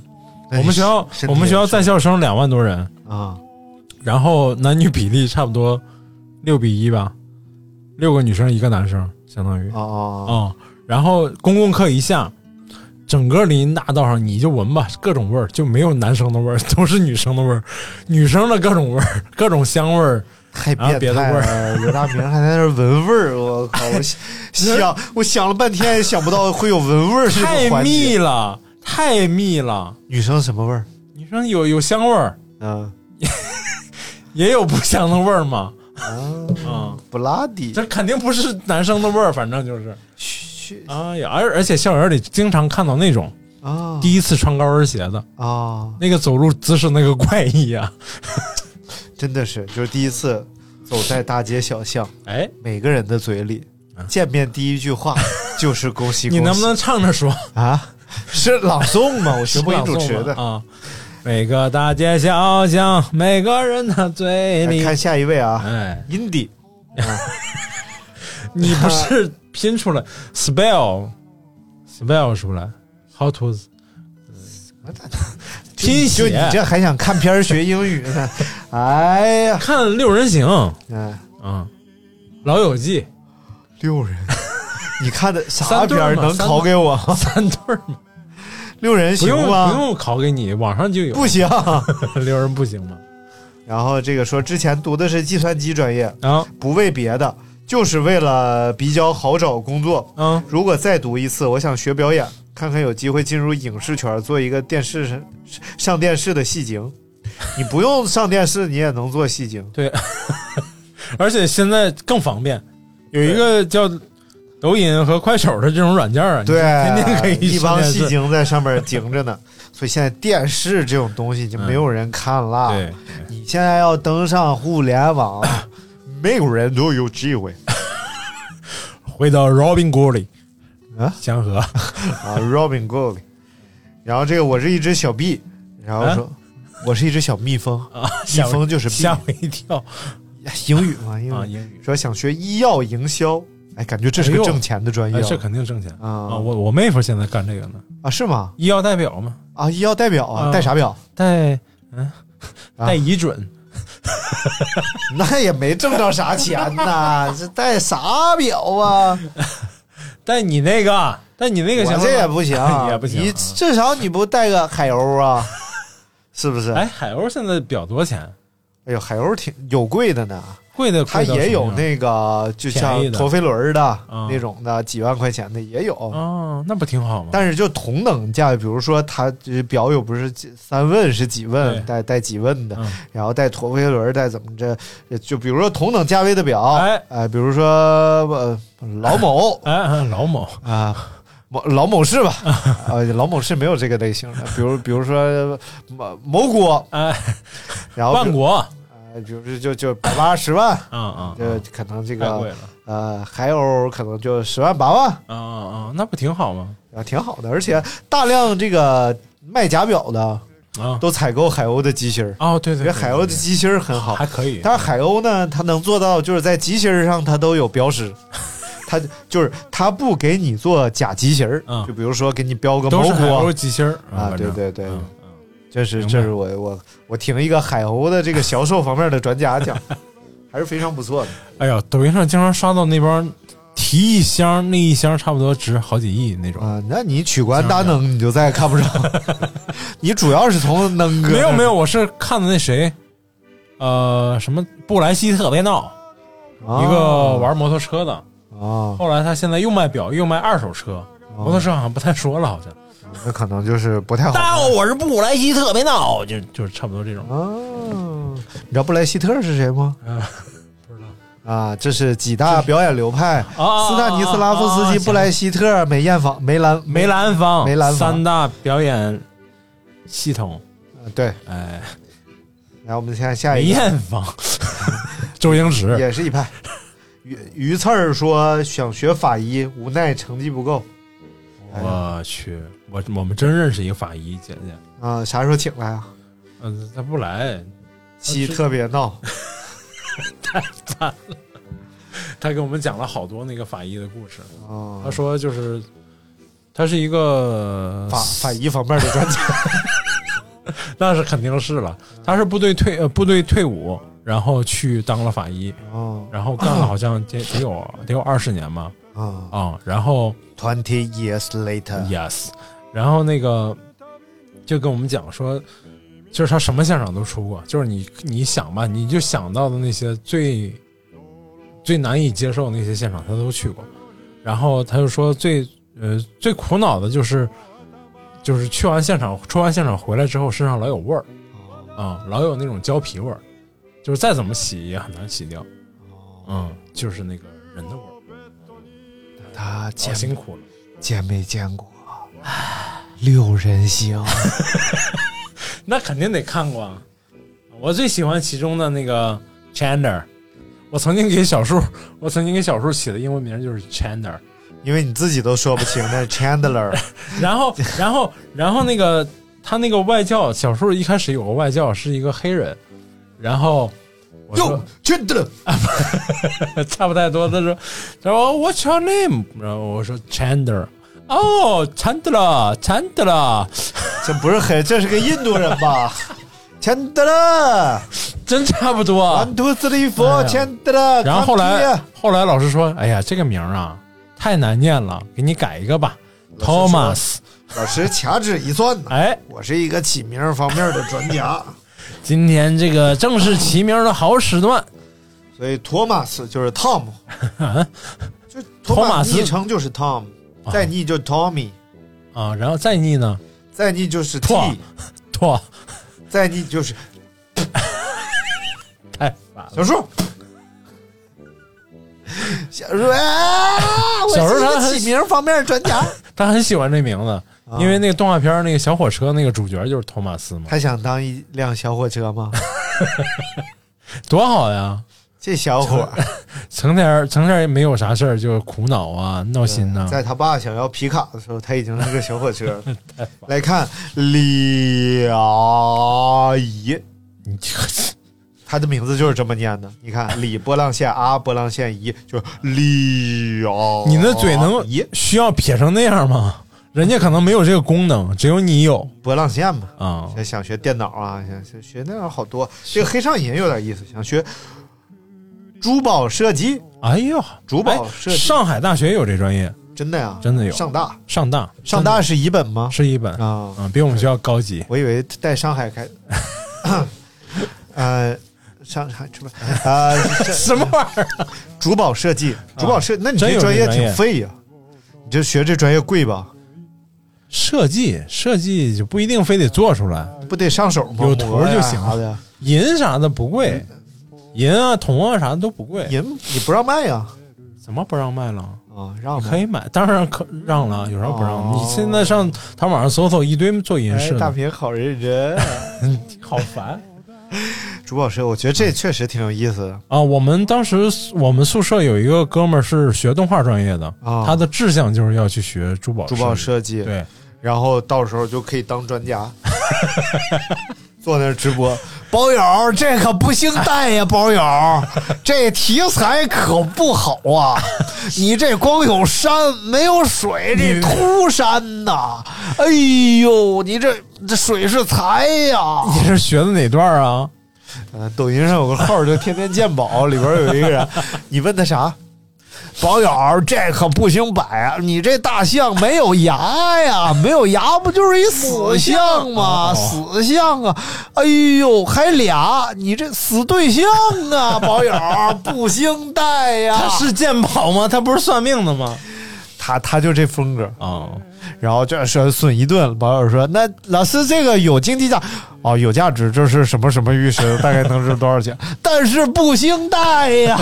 Speaker 2: 那
Speaker 3: 我们学校
Speaker 2: 哎身体
Speaker 3: 我们学校
Speaker 2: 也是
Speaker 3: 在校生两万多人，
Speaker 2: 啊，
Speaker 3: 然后男女比例差不多六比一吧，六个女生一个男生，相当于
Speaker 2: 哦哦
Speaker 3: 嗯，然后公共课一下，整个林荫大道上你就闻吧，各种味儿就没有男生的味儿，都是女生的味儿，女生的各种味儿， [laughs] 各种香味儿。
Speaker 2: 太
Speaker 3: 啊别
Speaker 2: 变
Speaker 3: 的
Speaker 2: 态
Speaker 3: 味
Speaker 2: 了！ [laughs] 刘大明还在那儿闻味儿，我靠！我想
Speaker 3: [laughs]
Speaker 2: 想，我想了半天也想不到会有闻味儿这
Speaker 3: 太
Speaker 2: 个环节。
Speaker 3: 密了，太密了。
Speaker 2: 女生什么味儿？
Speaker 3: 女生有有香味儿，
Speaker 2: 嗯
Speaker 3: 也有不香的味儿嘛。啊，
Speaker 2: 布拉迪
Speaker 3: 这肯定不是男生的味儿，反正就是。
Speaker 2: 去
Speaker 3: 哎呀，而而且校园里经常看到那种
Speaker 2: 啊
Speaker 3: 第一次穿高跟鞋的，
Speaker 2: 啊！
Speaker 3: 那个走路姿势那个怪异啊。
Speaker 2: 真的是，就是第一次走在大街小巷，
Speaker 3: 哎，
Speaker 2: 每个人的嘴里见面第一句话就是恭喜恭喜。
Speaker 3: [laughs] 啊 [laughs] 你能不能唱着说？ [laughs]
Speaker 2: 啊？是朗诵吗？我学播音主持的。
Speaker 3: 啊。每个大街小巷，每个人的嘴
Speaker 2: 来
Speaker 3: 里，
Speaker 2: 看下一位啊
Speaker 3: 哎，
Speaker 2: 哎，Indy
Speaker 3: 你不是拼出来 spell spell 出来，how to 拼
Speaker 2: [laughs] 就
Speaker 3: 写
Speaker 2: 你这还想看 [laughs] 片儿学英语呢？哎呀，
Speaker 3: 看六人行，
Speaker 2: 嗯，
Speaker 3: 啊，老友记》
Speaker 2: 六人， [laughs] 你看的啥
Speaker 3: 三对
Speaker 2: 片
Speaker 3: 儿
Speaker 2: 儿
Speaker 3: 嘛
Speaker 2: 能考给我？
Speaker 3: 三对儿嘛，
Speaker 2: 六人
Speaker 3: 不
Speaker 2: 行
Speaker 3: 用
Speaker 2: 吗？
Speaker 3: 不用考给你，网上就有。
Speaker 2: 不行。
Speaker 3: [laughs] 六人不行吗？
Speaker 2: 然后这个说之前读的是计算机专业，
Speaker 3: 啊
Speaker 2: 不为别的，就是为了比较好找工作。
Speaker 3: 啊
Speaker 2: 如果再读一次，我想学表演，看看有机会进入影视圈，做一个电视上电视的戏精。你不用上电视，你也能做戏精。
Speaker 3: [laughs] 而且现在更方便，有一个叫抖音和快手的这种软件啊，你
Speaker 2: 对，
Speaker 3: [laughs] 天天可以
Speaker 2: 一帮
Speaker 3: 实
Speaker 2: 戏
Speaker 3: 验室。
Speaker 2: 精在上面顶着呢。所以现在电视这种东西已经没有人看了。
Speaker 3: 嗯对，
Speaker 2: 你现在要登上互联
Speaker 3: [coughs]
Speaker 2: 网，没有人都有机会
Speaker 3: 回到 Robin g o o l
Speaker 2: 啊
Speaker 3: 祥和， [laughs]
Speaker 2: 啊。Robin g o o d 然后这个我是一只小 B，然
Speaker 3: 啊
Speaker 2: 后说、我是一只小蜜蜂，蜜
Speaker 3: 吓我
Speaker 2: 蜂就是
Speaker 3: 吓
Speaker 2: B，
Speaker 3: 我一跳
Speaker 2: 英语嘛，英语。
Speaker 3: 啊！英语，
Speaker 2: 说想学医药营销，哎，感觉这是
Speaker 3: 哎
Speaker 2: 个
Speaker 3: 呦
Speaker 2: 挣钱的专业
Speaker 3: 哎
Speaker 2: 啊、
Speaker 3: 这肯定挣钱
Speaker 2: 啊
Speaker 3: 啊！我我妹夫现在干这个呢，
Speaker 2: 啊是吗？
Speaker 3: 医药代表嘛，
Speaker 2: 啊，医药代表啊，
Speaker 3: 啊
Speaker 2: 带啥表？
Speaker 3: 带嗯
Speaker 2: 啊
Speaker 3: 带医准，
Speaker 2: [laughs] 那也没挣着啥钱
Speaker 3: [laughs]
Speaker 2: 呐，这带啥表啊？
Speaker 3: 带你那个，带你那个行
Speaker 2: 我
Speaker 3: 吗
Speaker 2: 这也不行啊，
Speaker 3: [laughs] 也不行啊
Speaker 2: 你至少你不带个海鸥啊，是不是？
Speaker 3: 哎，海鸥现在表多少钱？
Speaker 2: 哎呦，海鸥挺有贵的呢，
Speaker 3: 贵的
Speaker 2: 它
Speaker 3: 贵到
Speaker 2: 也
Speaker 3: 什么
Speaker 2: 有
Speaker 3: 样
Speaker 2: 那个就
Speaker 3: 便
Speaker 2: 像
Speaker 3: 宜的
Speaker 2: 陀飞轮的
Speaker 3: 嗯
Speaker 2: 那种的，几万块钱的也有。
Speaker 3: 哦，那不挺好吗？
Speaker 2: 但是就同等价位，比如说它这表有不是几三问是几问
Speaker 3: 对
Speaker 2: 带带几问的，
Speaker 3: 嗯
Speaker 2: 然后带陀飞轮带怎么着，就比如说同等价位的表，哎
Speaker 3: 哎、
Speaker 2: 比如说呃老某
Speaker 3: 哎哎，老某
Speaker 2: 啊。某老某市吧，啊，老某市没有这个类型的，比如比如说某某国，
Speaker 3: 哎，
Speaker 2: 然后比
Speaker 3: 万
Speaker 2: 如，
Speaker 3: 国
Speaker 2: 呃，比如说就就百八十万，
Speaker 3: 啊啊，
Speaker 2: 呃，可能这
Speaker 3: 太
Speaker 2: 个
Speaker 3: 贵了
Speaker 2: 呃海鸥可能就十万八万，
Speaker 3: 啊啊啊，那不挺好吗？
Speaker 2: 啊，挺好的，而且大量这个卖假表的
Speaker 3: 啊
Speaker 2: 都采购海鸥的机芯儿，
Speaker 3: 哦，对
Speaker 2: 因
Speaker 3: 对，
Speaker 2: 为
Speaker 3: 对
Speaker 2: 海鸥的
Speaker 3: 对
Speaker 2: 机芯儿很好
Speaker 3: 还。可以，
Speaker 2: 但是海鸥呢，它能做到就是在机芯儿上它都有标识，它就是它不给你做假机芯儿，
Speaker 3: 嗯
Speaker 2: 就比如说给你标个
Speaker 3: 都
Speaker 2: 蘑
Speaker 3: 是海
Speaker 2: 菇
Speaker 3: 鸥机芯儿
Speaker 2: 啊，
Speaker 3: 反
Speaker 2: 对
Speaker 3: 正
Speaker 2: 对对，
Speaker 3: 嗯
Speaker 2: 这是
Speaker 3: 明白
Speaker 2: 这是我我我听一个海鸥的这个销售方面的专家讲，还是非常不错的。
Speaker 3: 哎呀，抖音上经常刷到那帮提一箱那一箱差不多值好几亿那种。
Speaker 2: 啊，那你取关大能，你就再也看不着。你主要是从能哥
Speaker 3: 没有
Speaker 2: 那儿
Speaker 3: 没有，我是看的那谁，呃，什么布莱希特别闹，
Speaker 2: 啊
Speaker 3: 一个玩摩托车的，
Speaker 2: 啊，
Speaker 3: 后来他现在又卖表又卖二手车，
Speaker 2: 哦
Speaker 3: 摩托车好像不太说了，好像。
Speaker 2: 那可能就是不太好
Speaker 5: 大家
Speaker 2: 玩。
Speaker 5: 好，我是布莱希特别闹，就
Speaker 3: 就是差不多这种。
Speaker 2: 哦，你知道布莱希特是谁吗？
Speaker 3: 啊
Speaker 2: 不知道。啊，这是几大表演流派：
Speaker 3: 啊
Speaker 2: 斯坦尼斯拉夫斯基、布莱希特、梅艳芳、梅兰、
Speaker 3: 梅兰芳，
Speaker 2: 梅兰芳
Speaker 3: 三大表演系统，
Speaker 2: 对，
Speaker 3: 哎，
Speaker 2: 来，我们现在下
Speaker 3: 梅
Speaker 2: 一个，[laughs]
Speaker 3: 艳芳，周星驰， [laughs]
Speaker 2: 也是一派。于于刺儿说想学法医，无奈成绩不够。哎呀
Speaker 3: 我去，我我们真认识一个法医姐姐，
Speaker 2: 啊，啥时候请来啊？
Speaker 3: 嗯，她不来，
Speaker 2: 鸡
Speaker 3: 是
Speaker 2: 特别
Speaker 3: [laughs]
Speaker 2: 闹，
Speaker 3: 她给我们讲了好多那个法医的故事，
Speaker 2: 啊
Speaker 3: 她，说就是。她是一个
Speaker 2: 法法医方面的专
Speaker 3: [laughs]
Speaker 2: 家。
Speaker 3: 那是肯定是了。她是部队退呃部队退伍，然后去当了法医，
Speaker 2: 哦
Speaker 3: 然后干了好像得得有得有二十年吧，
Speaker 2: 啊
Speaker 3: 啊、然后
Speaker 2: ，Twenty years later，
Speaker 3: Yes，然后那个就跟我们讲说，就是他什么现场都出过，就是你你想吧，你就想到的那些最最难以接受的那些现场，他都去过。然后他就说最呃最苦恼的就是就是去完现场出完现场回来之后，身上老有味儿啊、老有那种胶皮味儿，就是再怎么洗也很难洗掉。嗯，就是那个人的味儿，
Speaker 2: 他
Speaker 3: 老
Speaker 2: 见
Speaker 3: 辛苦了。
Speaker 2: 见没见过六人行？
Speaker 3: 那肯定得看过。啊！我最喜欢其中的那个 Chandler，我曾经给小树， [laughs] 我曾经给小树起的英文名就是 Chandler。
Speaker 2: 因为你自己都说不清，
Speaker 3: [laughs]
Speaker 2: 那是 Chandler
Speaker 3: 然后，然后，然后那个他那个外教，小树一开始有个外教是一个黑人，然后 [laughs] 我说
Speaker 2: Chandler
Speaker 3: 差不太多，他说他说哦 What's your name？然后我说 Chandler。哦，Chandler，Chandler， [laughs] 啊
Speaker 2: 这不是黑，这是个印度人吧？Chandler
Speaker 3: 真差不多啊
Speaker 2: One。two three four，千的。
Speaker 3: 哎 [laughs] 然后后来后来老师说，哎呀，这个名儿啊太难念了，给你改一个吧
Speaker 2: 老师说
Speaker 3: ，Thomas。
Speaker 2: 老师掐指一算呢，
Speaker 3: 哎，
Speaker 2: 我是一个起名方面的专家，
Speaker 3: 今天这个正是起名的好时段，
Speaker 2: [laughs] 所以托马斯就是汤 [laughs] 姆，就
Speaker 3: 托马斯
Speaker 2: 昵称就是 Tom，再昵就 Tommy，
Speaker 3: 啊，然后再腻呢， [laughs]
Speaker 2: 再昵就是 T，
Speaker 3: 托拓
Speaker 2: 再昵就是
Speaker 3: 太烦了。
Speaker 2: 小 [laughs] 树。小树啊，我
Speaker 3: 小时候
Speaker 2: 是一
Speaker 3: 他
Speaker 2: 个
Speaker 3: 很
Speaker 2: 起名方面专 [laughs] 家，
Speaker 3: 他很喜欢这名字，
Speaker 2: 啊
Speaker 3: 因为那个动画片儿那个小火车那个主角就是托马斯嘛，
Speaker 2: 他想当一辆小火车 [laughs] 吗？
Speaker 3: 多好呀！
Speaker 2: 这小伙儿
Speaker 3: 成天儿成天儿也没有啥事儿，就苦恼啊、闹心呐、
Speaker 2: [laughs] 嗯在他爸想要皮卡的时候，他已经是个小火车 [laughs] 了。来看李阿姨，
Speaker 3: 你 [laughs] 这个
Speaker 2: 她的名字就是这么念的。你
Speaker 3: [laughs]
Speaker 2: 看，李波浪线阿波浪线姨，就是李哦阿姨。
Speaker 3: 你那嘴能需要撇成那样吗？人家可能没有这个功能，只有你有
Speaker 2: 波浪线嘛？
Speaker 3: 啊、
Speaker 2: 想想学电脑啊，想想学那样好多。这个黑上瘾有点意思，想学珠宝设计，
Speaker 3: 哎呦，
Speaker 2: 珠宝
Speaker 3: 哎
Speaker 2: 设计
Speaker 3: 上海大学有这专业，
Speaker 2: 真的呀，
Speaker 3: 真的有
Speaker 2: 上大，
Speaker 3: 上大
Speaker 2: 上
Speaker 3: 真
Speaker 2: 大
Speaker 3: 的
Speaker 2: 是乙本吗？
Speaker 3: 是一本啊、
Speaker 2: 啊，
Speaker 3: 嗯比我们学校高级。
Speaker 2: 我以为在上海
Speaker 3: [laughs]
Speaker 2: 开，呃，上海是吧？啊、
Speaker 3: 什么玩意儿？
Speaker 2: 珠宝设计，珠宝设，那你
Speaker 3: 真
Speaker 2: 这
Speaker 3: 有
Speaker 2: 专
Speaker 3: 这
Speaker 2: 业
Speaker 3: 专
Speaker 2: 挺
Speaker 3: 业
Speaker 2: 废呀、你这学这专业贵吧？
Speaker 3: 设计设计就不一定非得做出来，
Speaker 2: 不得上手吗？啊
Speaker 3: 有图就行
Speaker 2: 磨呀
Speaker 3: 银啥的不贵，银啊铜啊啥的都不贵
Speaker 2: 啥的。银你不让卖啊呀、
Speaker 3: 怎么不让卖了？
Speaker 2: 啊，让
Speaker 3: 可
Speaker 2: 卖。
Speaker 3: 以买，当然可让了，有啥不让？
Speaker 2: 哦
Speaker 3: 你现在上淘宝上搜搜，一堆做银
Speaker 2: 哎
Speaker 3: 饰，
Speaker 2: 大
Speaker 3: 的，
Speaker 2: 平好认 [laughs] 真。
Speaker 3: 好烦
Speaker 2: 珠宝设，我觉得这确实挺有意思的。
Speaker 3: 啊！我们当时我们宿舍有一个哥们儿是学动画专业的，
Speaker 2: 啊
Speaker 3: 他的志向就是要去学珠宝
Speaker 2: 珠宝
Speaker 3: 设
Speaker 2: 设计，
Speaker 3: 计，对，
Speaker 2: 然后到时候就可以当专 [laughs] 家，坐那儿直播。包友， [laughs] 这可不姓戴呀，包 [laughs] 友，这题材可不好 [laughs] 啊！你这光有山没有水，这秃山呐！哎呦，你这这水是财呀、
Speaker 3: 你是学的哪段啊？
Speaker 2: 呃，抖音上有个号儿叫“天天鉴宝”，里边有一个人，你问他啥？宝友，这可不兴摆啊！你这大象没有牙呀，没有牙不就是一死象
Speaker 3: 哦
Speaker 2: 吗？死象啊！哎呦，还俩，你这死对象啊，宝友，不兴戴呀！
Speaker 3: 他是鉴宝吗？他不是算命的吗？
Speaker 2: 他，他就这风格。
Speaker 3: 啊、
Speaker 2: 然后这说损一顿，网友说：“那老师这个有经济价哦，有价值，这是什么什么玉石，大概能值多少钱？ [laughs] 但是不兴戴呀。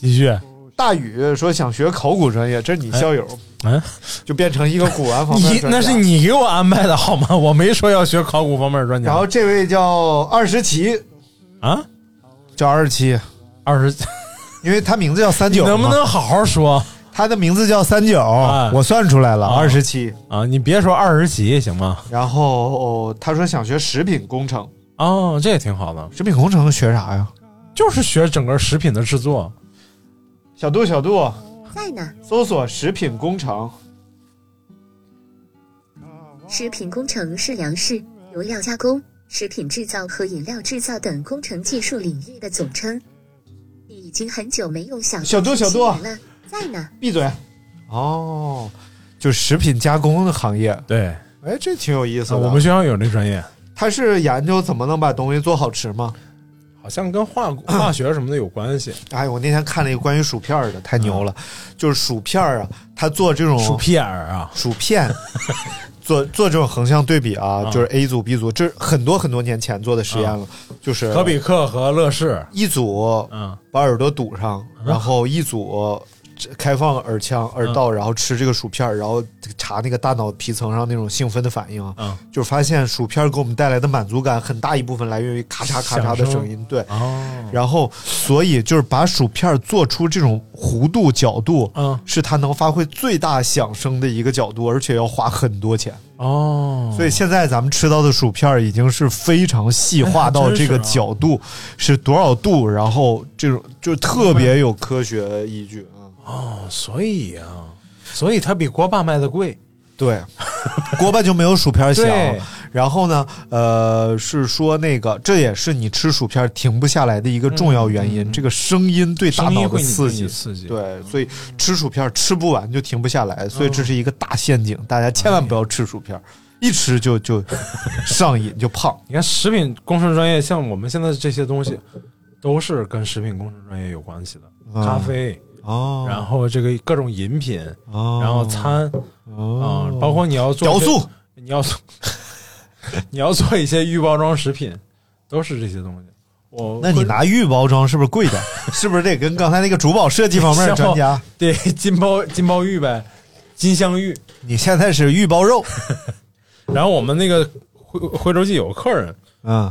Speaker 3: 继续，”
Speaker 2: 大宇说想学考古专业，这是你校友，
Speaker 3: 嗯，
Speaker 2: 就变成一个古玩方面
Speaker 3: 你
Speaker 2: 的专家
Speaker 3: 那是。你给我安排的好吗？我没说要学考古方面的专家。
Speaker 2: 然后这位叫二十七，
Speaker 3: 啊，
Speaker 2: 叫二十七，
Speaker 3: 二 [laughs] 十，
Speaker 2: 因为他名字叫三
Speaker 3: 你
Speaker 2: 九，
Speaker 3: 能不？能好好说
Speaker 2: 他的名字叫三九，我算出来了，
Speaker 3: 啊
Speaker 2: 二十七。
Speaker 3: 啊？你别说二十级行吗？
Speaker 2: 然后、哦他说想学食品工程，
Speaker 3: 哦，这也挺好的，
Speaker 2: 食品工程学啥呀？
Speaker 3: 就是学整个食品的制作。
Speaker 2: 小度，小度。
Speaker 7: 在呢。
Speaker 2: 搜索食品工程，
Speaker 7: 食品工程是粮食、油料加工、食品制造和饮料制造等工程技术领域的总称。你已经很久没用小
Speaker 2: 小度小度
Speaker 7: 了，在呢。
Speaker 2: 闭嘴。哦，就食品加工的行业，
Speaker 3: 对，
Speaker 2: 哎，这挺有意思
Speaker 3: 啊
Speaker 2: 的。
Speaker 3: 我们学校有这专业，
Speaker 2: 他是研究怎么能把东西做好吃吗？
Speaker 3: 好像跟 [clears throat] 化化学什么的有关系。
Speaker 2: 哎，我那天看了一个关于薯片儿的，太牛了，就是薯片儿啊，他做这种
Speaker 3: 嗯薯片儿啊，
Speaker 2: 薯片， [laughs] 做做这种横向对比啊，
Speaker 3: 嗯
Speaker 2: 就是 A 组 B 组，这是很多很多年前做的实验了，就是
Speaker 3: 嗯可比克和乐视，
Speaker 2: 一组
Speaker 3: 嗯，
Speaker 2: 把耳朵堵上，然后一组这开放耳腔、耳
Speaker 3: 嗯
Speaker 2: 道，然后吃这个薯片儿，然后查那个大脑皮层上那种兴奋的反应啊，
Speaker 3: 嗯
Speaker 2: 就是发现薯片儿给我们带来的满足感很大一部分来源于咔嚓咔嚓的声音，对。
Speaker 3: 哦，
Speaker 2: 然后，所以就是把薯片儿做出这种弧度角度，
Speaker 3: 嗯
Speaker 2: 是它能发挥最大响声的一个角度，而且要花很多钱。
Speaker 3: 哦，
Speaker 2: 所以现在咱们吃到的薯片儿已经是非常细化到这
Speaker 3: 啊
Speaker 2: 个角度、是多少度，然后这种就特别有科学
Speaker 3: 嗯
Speaker 2: 依据啊。
Speaker 3: 所以啊，所以它比锅巴卖的贵。
Speaker 2: 对，锅巴就没有薯片香
Speaker 3: 对。
Speaker 2: 然后呢，呃，是说那个，这也是你吃薯片停不下来的一个重要原因，这个声音对大
Speaker 3: 嗯声音
Speaker 2: 脑的
Speaker 3: 会
Speaker 2: 刺
Speaker 3: 你
Speaker 2: 激。
Speaker 3: 刺激，
Speaker 2: 对，所以吃薯片吃不完就停不下来，所以
Speaker 3: 嗯
Speaker 2: 这是一个大陷阱，大家千万
Speaker 3: 哎
Speaker 2: 不要吃薯片，一吃就
Speaker 3: [laughs]
Speaker 2: 就上瘾就胖。
Speaker 3: 你看食品工程专业，像我们现在这些东西，都是跟食品工程专业有关系的，
Speaker 2: 嗯
Speaker 3: 咖啡，
Speaker 2: 哦，
Speaker 3: 然后这个各种饮品，
Speaker 2: 哦
Speaker 3: 然后餐啊、
Speaker 2: 哦
Speaker 3: 包括你要做
Speaker 2: 雕
Speaker 3: 一些
Speaker 2: 塑，
Speaker 3: 你要做 [laughs] 你要做一些预包装食品，都是这些东西。我
Speaker 2: 那你拿玉包装是不是贵点？
Speaker 3: [laughs]
Speaker 2: 是不是得跟刚才那个珠宝设计方面的专家？
Speaker 3: 对金包金包玉呗，金镶玉。
Speaker 2: 你现在是玉包
Speaker 3: [laughs]
Speaker 2: 肉，
Speaker 3: 然后我们那个徽徽州记有个客人，
Speaker 2: 嗯，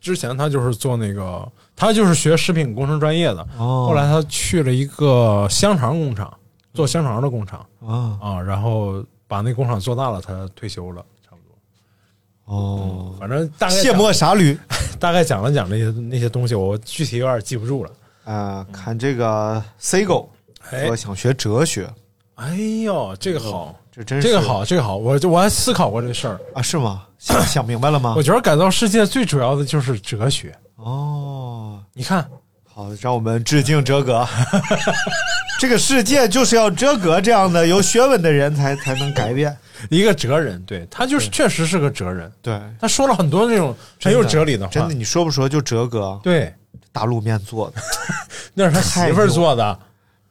Speaker 3: 之前他就是做那个，他就是学食品工程专业的，
Speaker 2: 哦
Speaker 3: 后来他去了一个香肠工厂，做香肠的工厂
Speaker 2: 啊，
Speaker 3: 啊，然后把那工厂做大了，他退休了，差不多。
Speaker 2: 哦，
Speaker 3: 反正大概
Speaker 2: 卸
Speaker 3: 讲
Speaker 2: 磨杀
Speaker 3: [laughs]
Speaker 2: 驴
Speaker 3: 大概讲了讲那些那些东西，我具体有点记不住了。
Speaker 2: 啊，看这个 C 狗
Speaker 3: 哎
Speaker 2: 说想学哲学，
Speaker 3: 哎呦，这个好，
Speaker 2: 这真是
Speaker 3: 这个好，这个好，我就我还思考过这事儿。
Speaker 2: 啊，是吗？想想明白了吗
Speaker 3: 我？觉得改造世界最主要的就是哲学。
Speaker 2: 哦，
Speaker 3: 你看，
Speaker 2: 好，让我们致敬哲格。 [laughs] 这个世界就是要哲格这样的有学问的人才才能改
Speaker 3: [laughs]
Speaker 2: 变。
Speaker 3: 一个哲人，对他就是确实是个哲人，
Speaker 2: 对，
Speaker 3: 他说了很多那种很有哲理的话。
Speaker 2: 真的，你说不说就哲格
Speaker 3: 对，
Speaker 2: 大陆面做的
Speaker 3: 那是他媳妇儿做的。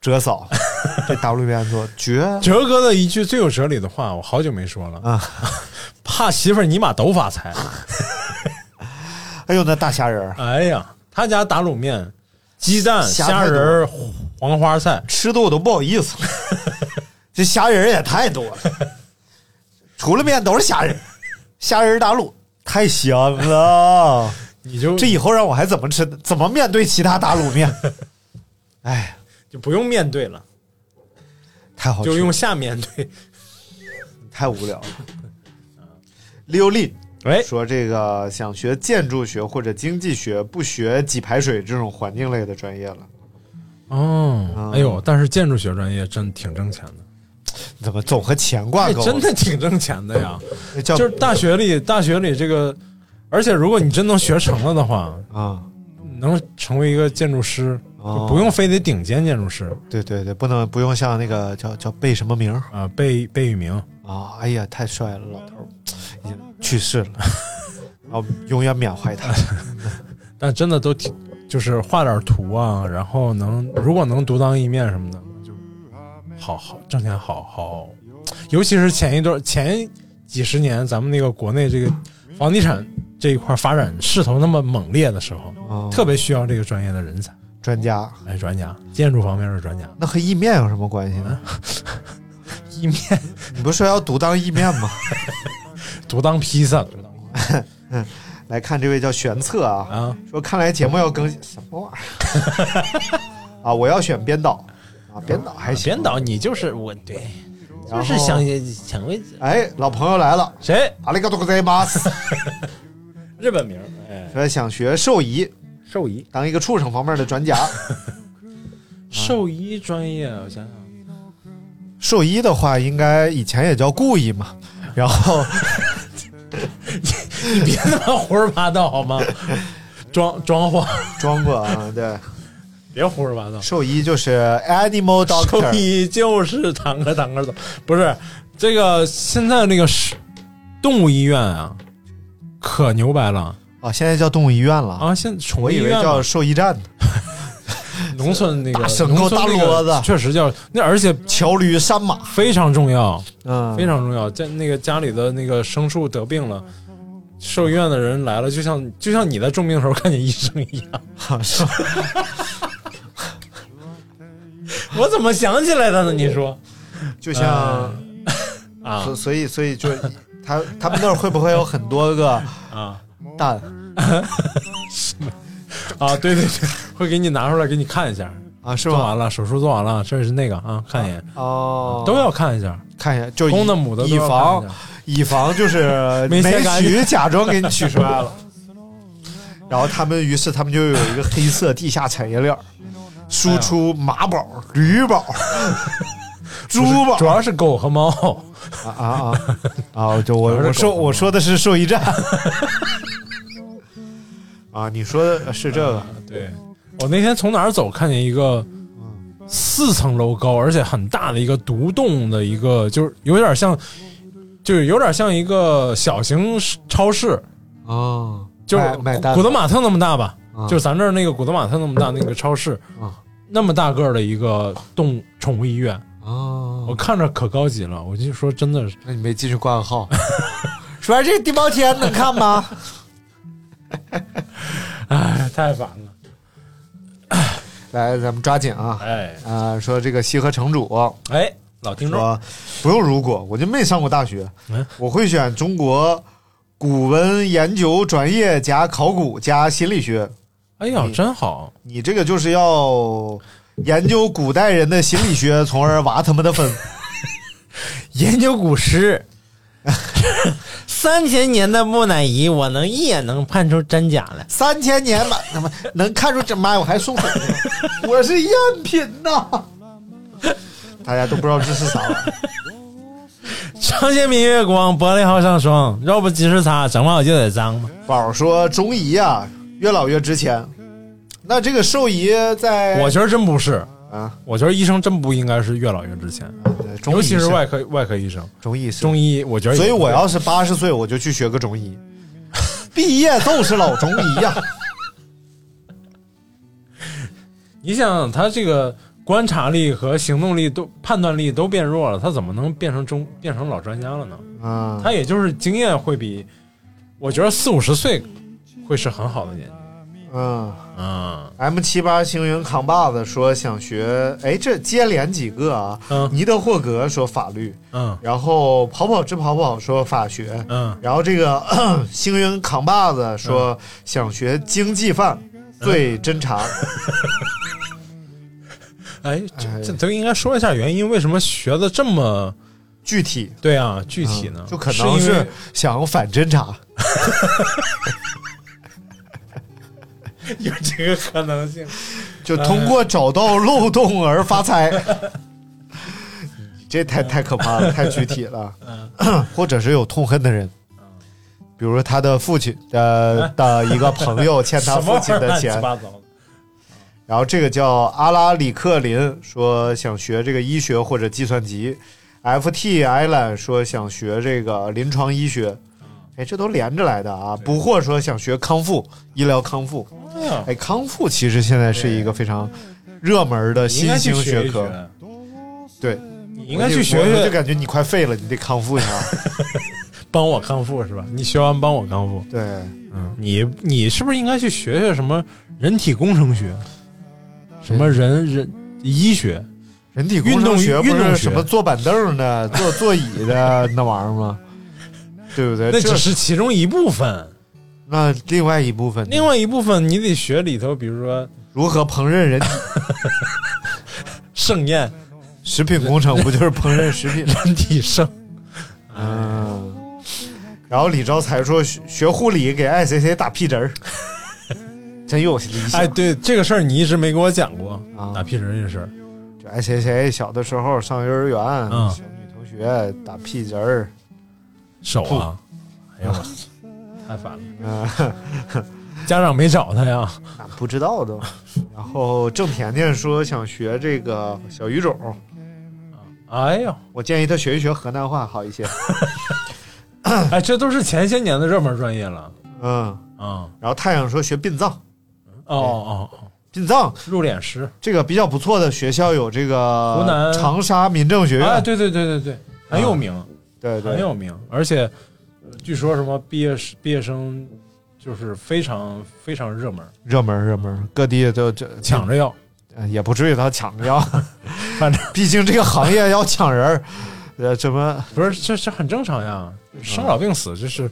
Speaker 2: 哲
Speaker 3: [laughs]
Speaker 2: 嫂，这大陆面做绝
Speaker 3: 哲哥的一句最有哲理的话，我好久没说了。
Speaker 2: 啊！
Speaker 3: 怕媳妇儿尼玛都发
Speaker 2: [laughs]
Speaker 3: 财。
Speaker 2: 哎呦，那大虾仁儿
Speaker 3: 哎呀，他家打卤面、鸡蛋、
Speaker 2: 虾
Speaker 3: 虾
Speaker 2: 太
Speaker 3: 仁
Speaker 2: 多
Speaker 3: 儿、黄花菜，
Speaker 2: 吃的我都不好
Speaker 3: [laughs]
Speaker 2: 意思了，这虾仁儿也太多了，除了面都是虾仁儿，虾仁儿打卤太香
Speaker 3: [laughs]
Speaker 2: 了。
Speaker 3: 你就
Speaker 2: 这以后让我还怎么吃？怎么面对其他打卤面？哎，
Speaker 3: 就不用面对了，
Speaker 2: 太好吃
Speaker 3: 就
Speaker 2: 了，
Speaker 3: 用下面
Speaker 2: [laughs]
Speaker 3: 对。
Speaker 2: 太无聊了。六力
Speaker 3: 哎，
Speaker 2: 说这个想学建筑学或者经济学，不学给排水这种环境类的专业了。啊
Speaker 3: 哦，哎呦，但是建筑学专业真挺挣钱的，
Speaker 2: 怎么总和钱挂
Speaker 3: 哎
Speaker 2: 钩？啊
Speaker 3: 真的挺挣钱的呀。
Speaker 2: [laughs] 叫
Speaker 3: 就是大学里，大学里这个，而且如果你真能学成了的话，
Speaker 2: 啊、
Speaker 3: 能成为一个建筑师，
Speaker 2: 哦
Speaker 3: 就不用非得顶尖建筑师
Speaker 2: 对对对，不能不用像那个叫叫背什么名儿
Speaker 3: 啊。贝贝聿铭，
Speaker 2: 啊！哎呀，太帅了，老头儿已经去世了， [laughs] 啊，永远缅怀
Speaker 3: [laughs]
Speaker 2: 他。
Speaker 3: 但真的都挺，就是画点图啊，然后能如果能独当一面什么的，就好好挣钱好，好尤其是前一段前几十年，咱们那个国内这个房地产这一块发展势头那么猛烈的时候，
Speaker 2: 啊
Speaker 3: 特别需要这个专业的人才，
Speaker 2: 专家，
Speaker 3: 哎，专家，建筑方面的专家，
Speaker 2: 那和意面有什么关系呢？
Speaker 3: 意面
Speaker 2: 你不是说要独当一面吗？ [laughs]
Speaker 3: 独当披萨，独当披
Speaker 2: 来看这位叫玄策
Speaker 3: 萨
Speaker 2: 啊，
Speaker 3: 啊，
Speaker 2: 说看来节目要更新什么玩意 [laughs] 儿啊？我要选编导啊，编导还行，
Speaker 5: 编导你就是我，对，
Speaker 2: 然
Speaker 5: 就
Speaker 2: 后
Speaker 5: 是想想为
Speaker 2: 哎，老朋友来了，
Speaker 3: 谁？
Speaker 2: 阿里嘎多ござい [laughs] ます。
Speaker 3: 日本名，哎，
Speaker 2: 说想学兽医，
Speaker 3: 兽医，
Speaker 2: 当一个畜生方面的专家。
Speaker 3: 兽医专业，啊我想 [laughs] 想。
Speaker 2: 兽医的话，应该以前也叫故意嘛，然后。
Speaker 3: 你别他妈胡说八道好吗？ [laughs] 装装货，
Speaker 2: 装过啊， [laughs] 对，
Speaker 3: [laughs] 别胡说
Speaker 2: [laughs]
Speaker 3: 八道。
Speaker 2: 兽医就是 animal
Speaker 3: 兽
Speaker 2: doctor，
Speaker 3: 医就是坦克坦克走，不是这个现在那个是动物医院啊，可牛掰了
Speaker 2: 哦，现在叫动物医院了，
Speaker 3: 啊！现在宠物
Speaker 2: 我
Speaker 3: 医
Speaker 2: 以为
Speaker 3: 院
Speaker 2: 叫
Speaker 3: 嘛
Speaker 2: 兽医站呢。
Speaker 3: 农村那个
Speaker 2: 大牲口
Speaker 3: 农村那
Speaker 2: 大
Speaker 3: 个
Speaker 2: 骡子
Speaker 3: 确实叫那，而且
Speaker 2: 乔驴山马，
Speaker 3: 非常重要，
Speaker 2: 嗯，
Speaker 3: 非常重要。在那个家里的那个牲畜得病了，兽医院的人来了，就像就像你在重病的时候看见医生一样。 [laughs]
Speaker 2: 常是吧
Speaker 3: 我怎么想起来的呢？你说
Speaker 2: 就像，
Speaker 3: 啊
Speaker 2: 所所以所以 [laughs] 就他他们那儿会不会有很多个
Speaker 3: 啊！
Speaker 2: 蛋
Speaker 3: 啊，对对对， [laughs] 会给你拿出来给你看一下，
Speaker 2: 啊？是
Speaker 3: 做
Speaker 2: 吗？
Speaker 3: 完了，手术做完了，这是那个啊，看一眼，
Speaker 2: 哦，
Speaker 3: 都要看一下，
Speaker 2: 看一下，就以
Speaker 3: 公的母的都
Speaker 2: 以
Speaker 3: 要看
Speaker 2: 防
Speaker 3: 一下
Speaker 2: 以防就是
Speaker 3: [laughs] 没
Speaker 2: 没
Speaker 3: 切干净
Speaker 2: 取，假装给你取出来了。然后他们，于是他们就有一个黑
Speaker 3: [laughs]
Speaker 2: 色地下产业链儿，输出马宝、驴宝、猪吧，
Speaker 3: 主要是狗和猫啊
Speaker 2: 啊啊！啊，就我
Speaker 3: 主要是
Speaker 2: 我说
Speaker 3: 狗和猫
Speaker 2: 我说的是兽医站 [laughs] 啊，你说的是这个，
Speaker 3: 对我那天从哪儿走，看见一个四层楼高，而且很大的一个独栋的一个，就是有点像，就是有点像一个小型超市，
Speaker 2: 啊，
Speaker 3: 就是
Speaker 2: 卖卖蛋
Speaker 3: 古德玛特那么大吧，
Speaker 2: 啊
Speaker 3: 就是咱这儿那个古德玛特那么大那个超市，
Speaker 2: 啊
Speaker 3: 那么大个儿的一个动宠物医院，
Speaker 2: 啊，
Speaker 3: 我看着可高级了，我就说真的是，
Speaker 2: 那你没进去挂个
Speaker 3: [laughs]
Speaker 2: 号，
Speaker 5: 主要这地包天能看吗？
Speaker 3: 哎，太烦了，
Speaker 2: 来，咱们抓紧啊
Speaker 3: 哎
Speaker 2: 啊，说这个西河城主
Speaker 3: 哎，老听众，
Speaker 2: 说不用如果，我就没上过大学
Speaker 3: 嗯，
Speaker 2: 我会选中国古文研究专业加考古加心理学。
Speaker 3: 哎
Speaker 5: 嗯
Speaker 3: 呀，真好，
Speaker 2: 你这个就是要研究古代人的心理学，从而挖他们的坟。
Speaker 5: 研究古诗，三千年的木乃伊，我能一眼能判出真假来。
Speaker 2: 三千年吧，他妈能看出这妈呀，我还送粉呢，我是赝品呐！大家都不知道这是啥玩意儿。
Speaker 5: 长街明月光，玻璃好上霜，要不及时擦，整晚我就得脏嘛。
Speaker 2: 宝说中医啊，越老越值钱。那这个兽医
Speaker 5: 哎
Speaker 2: 在
Speaker 3: 我觉得真不是，
Speaker 2: 啊，
Speaker 3: 我觉得医生真不应该是越老越值钱，
Speaker 2: 对中医
Speaker 3: 尤其是
Speaker 2: 是
Speaker 3: 外科外科医生，
Speaker 2: 中医是
Speaker 3: 中医，我觉得也
Speaker 2: 所以
Speaker 3: 不
Speaker 2: 我
Speaker 3: 对
Speaker 2: 要是八十岁，我就去学个中医， [laughs] 毕业就是老中医呀、
Speaker 3: 你想想，他这个观察力和行动力都判断力都变弱了，他怎么能变成中变成老专家了呢？
Speaker 2: 啊。
Speaker 3: 他也就是经验会比，我觉得四五十岁会是很好的年纪。
Speaker 2: 嗯
Speaker 3: 嗯，
Speaker 2: M 七八星云扛把子说想学，哎，这接连几个啊？
Speaker 3: 嗯
Speaker 2: 尼德霍格说法律，
Speaker 3: 嗯
Speaker 2: 然后跑跑之跑跑说法学，
Speaker 3: 嗯，
Speaker 2: 然后这个 [clears throat] 咳星云扛把子说想学经济犯罪
Speaker 3: 嗯
Speaker 2: 侦查，
Speaker 3: 哎，这这都应该说一下原因，为什么学的这么
Speaker 2: 具体
Speaker 3: 对啊？具体呢？
Speaker 2: 就可能
Speaker 3: 是因
Speaker 2: 是
Speaker 3: 为
Speaker 2: 想反侦查。
Speaker 3: [laughs] 有这个可能性。
Speaker 2: 就通过找到漏洞而发财。
Speaker 3: 嗯
Speaker 2: 你这太太可怕
Speaker 3: [laughs]
Speaker 2: 了，太具体了。 [coughs] 或者是有痛恨的人，比如他的父亲的的一个朋
Speaker 3: [laughs]
Speaker 2: 友欠他
Speaker 3: 嗯什么
Speaker 2: 父
Speaker 3: 玩意
Speaker 2: 亲
Speaker 3: 儿
Speaker 2: 的
Speaker 3: 乱七
Speaker 2: 钱，
Speaker 3: 八糟的？
Speaker 2: 然后这个叫阿拉里克林说想学这个医学或者计算机，FT Island 说想学这个临床医学。
Speaker 3: 嗯
Speaker 2: 哎，这都连着来的啊！不惑说想学康复医疗康复，
Speaker 3: 哎呀，
Speaker 2: 哎，康复其实现在是一个非常热门的
Speaker 3: 你应
Speaker 2: 新
Speaker 3: 该去
Speaker 2: 兴
Speaker 3: 学一
Speaker 2: 科。
Speaker 3: 学，
Speaker 2: 对，
Speaker 3: 你应该去
Speaker 2: 我
Speaker 3: 学
Speaker 2: 就我就
Speaker 3: 学，
Speaker 2: 感觉你快废了，你得康复一
Speaker 3: [laughs]
Speaker 2: 下。
Speaker 3: 帮我康复是吧？你学完帮我康复。
Speaker 2: 对，
Speaker 3: 嗯，你你是不是应该去学学什么人体工程学，什么人人医学？
Speaker 2: 人体工程学
Speaker 3: 运动
Speaker 2: 不
Speaker 3: 运动
Speaker 2: 是
Speaker 3: 学
Speaker 2: 什么坐板凳的、坐 [laughs] 座椅的那玩意儿吗？对不对？
Speaker 3: 那
Speaker 2: 这
Speaker 3: 只是其中一部分，
Speaker 2: 那另外一部分呢，
Speaker 3: 另外一部分你得学里头，比如说
Speaker 2: 如何烹饪人体
Speaker 3: 盛宴、 [laughs]
Speaker 2: 食品工程， [laughs] 不就是烹饪食品 [laughs] 吗？
Speaker 3: 人体盛，
Speaker 2: 嗯。然后李招才说学学护理给 ICC 打屁针儿， [laughs] 真有理想。
Speaker 3: 哎，对这个事儿你一直没给我讲过
Speaker 2: 啊，
Speaker 3: 打屁人这事儿，
Speaker 2: 就哎谁谁小的时候上幼儿园，
Speaker 3: 嗯
Speaker 2: 小女同学打屁人儿，
Speaker 3: 手啊，哎呦我操，太烦了，
Speaker 2: 嗯、
Speaker 3: 家长没找他呀？
Speaker 2: 那不知道
Speaker 3: [laughs]
Speaker 2: 都。然后郑甜甜说想学这个小语种，
Speaker 3: 哎呦，
Speaker 2: 我建议她学一学河南话好一些。
Speaker 3: 哎，这都是前些年的热门专业了，
Speaker 2: 嗯，
Speaker 3: 啊，
Speaker 2: 然后太阳说学殡葬，
Speaker 3: 哦哦哦，
Speaker 2: 殡葬
Speaker 3: 入殓师，
Speaker 2: 这个比较不错的学校有这个
Speaker 3: 湖南
Speaker 2: 长沙民政学院，啊
Speaker 3: 哎，对对对对对，很有名。
Speaker 2: 对
Speaker 3: 很
Speaker 2: 对，
Speaker 3: 有名，而且呃据说什么毕业毕业生就是非常非常热门，
Speaker 2: 热门热门，各地都这
Speaker 3: 抢着要。
Speaker 2: 呃也不至于他抢着要，
Speaker 3: [laughs] 反正
Speaker 2: [laughs] 毕竟这个行业要抢人儿，呃，什么
Speaker 3: 不是这这很正常呀，
Speaker 2: 嗯
Speaker 3: 生老病死这是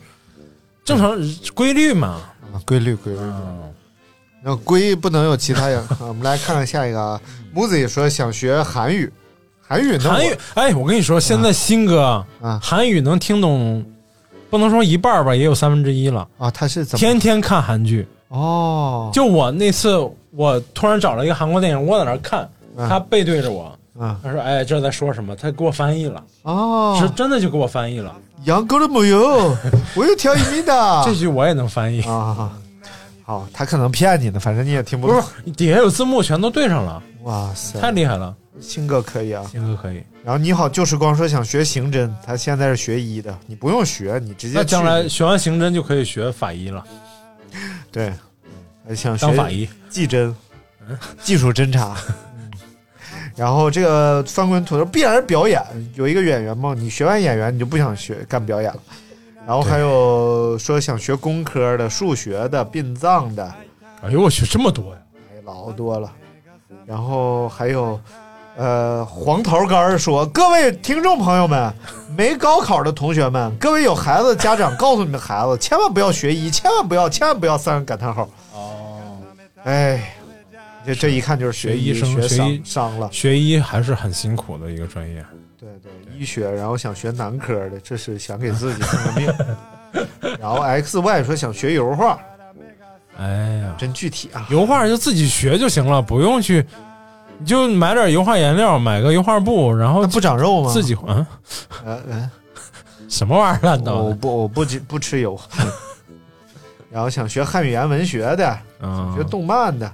Speaker 3: 正常规律嘛。
Speaker 2: 啊规律规律。
Speaker 3: 嗯，
Speaker 2: 那龟不能有其他养啊。我们来看看下一个啊，Muzi 说想学韩语，韩语呢？
Speaker 3: 韩语，哎，我跟你说，现在新歌
Speaker 2: 嗯啊
Speaker 3: 韩语能听懂，不能说一半儿吧，也有三分之一了。
Speaker 2: 啊，他是怎么？
Speaker 3: 天天看韩剧，
Speaker 2: 哦，
Speaker 3: 就我那次，我突然找了一个韩国电影，我在那儿看，
Speaker 2: 啊
Speaker 3: 他背对着我，
Speaker 2: 啊
Speaker 3: 他说：“哎，这在说什么？”他给我翻译了，
Speaker 2: 哦，
Speaker 3: 是真的就给我翻译了。
Speaker 2: 杨哥的没
Speaker 3: [laughs]
Speaker 2: 有，我有条一米的。
Speaker 3: 这句我也能翻译，
Speaker 2: 啊，好，他可能骗你呢，反正你也听不
Speaker 3: 不
Speaker 2: 懂。
Speaker 3: 是底下有字幕，全都对上了，
Speaker 2: 哇塞，
Speaker 3: 太厉害了。
Speaker 2: 新哥可以啊。
Speaker 3: 金哥可以，
Speaker 2: 然后你好，就是光说想学刑侦，他现在是学医的，你不用学，你直接
Speaker 3: 那将
Speaker 2: 去
Speaker 3: 来学完刑侦就可以学法医了，
Speaker 2: 对，还想学
Speaker 3: 当法医。
Speaker 2: 技侦，技术侦查。然后这个翻滚土豆必然是表演，有一个演员梦，你学完演员你就不想学干表演了。然后还有说想学工科的、数学的、殡葬的，
Speaker 3: 哎呦我去，这么多呀！
Speaker 2: 哎，老多了。然后还有，呃，黄桃干儿说：“各位听众朋友们，没高考的同学们，各位有孩子的家长，告诉你们孩子，千万不要学医，千万不要，千万不要三个感叹号。”哦，哎，这这一看就是学医
Speaker 3: 学医生
Speaker 2: 学
Speaker 3: 学
Speaker 2: 伤
Speaker 3: 医
Speaker 2: 伤了。
Speaker 3: 学医还是很辛苦的一个专业。
Speaker 2: 对对，医学，然后想学男科的，这是想给自己看个病。然后 X Y 说想学油画，
Speaker 3: 哎呀，
Speaker 2: 真具体啊。
Speaker 3: 油画就自己学就行了，不用去，你就买点油画颜料，买个油画布，然后
Speaker 2: 那不长肉吗？
Speaker 3: 自己嗯
Speaker 2: 呃呃
Speaker 3: 什么玩意儿啊乱
Speaker 2: 我
Speaker 3: 糟的？
Speaker 2: 不，我不吃不吃油。 [laughs] 然后想学汉语言文学的，
Speaker 3: 嗯
Speaker 2: 学，动漫的，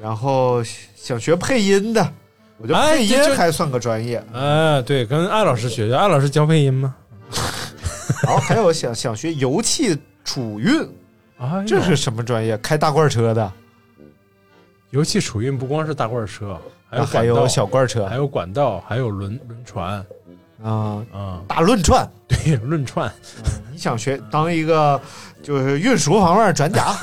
Speaker 2: 然后想学配音的。我觉得
Speaker 3: 哎
Speaker 2: 配音
Speaker 3: 这就
Speaker 2: 还算个专业。
Speaker 3: 哎，对，跟艾老师学学，艾老师教配音吗？
Speaker 2: 然后还有想想学油气储运，
Speaker 3: 啊，
Speaker 2: 这是什么专业？开大罐车的，
Speaker 3: 油气储运，不光是大罐车，还有
Speaker 2: 还
Speaker 3: 管道
Speaker 2: 有小罐车
Speaker 3: 还
Speaker 2: 啊、
Speaker 3: 有管道，还有轮轮船啊，
Speaker 2: 嗯大轮串。
Speaker 3: [laughs] 对，轮串，
Speaker 2: 你想学当一个就是运输方面的专家。 [laughs]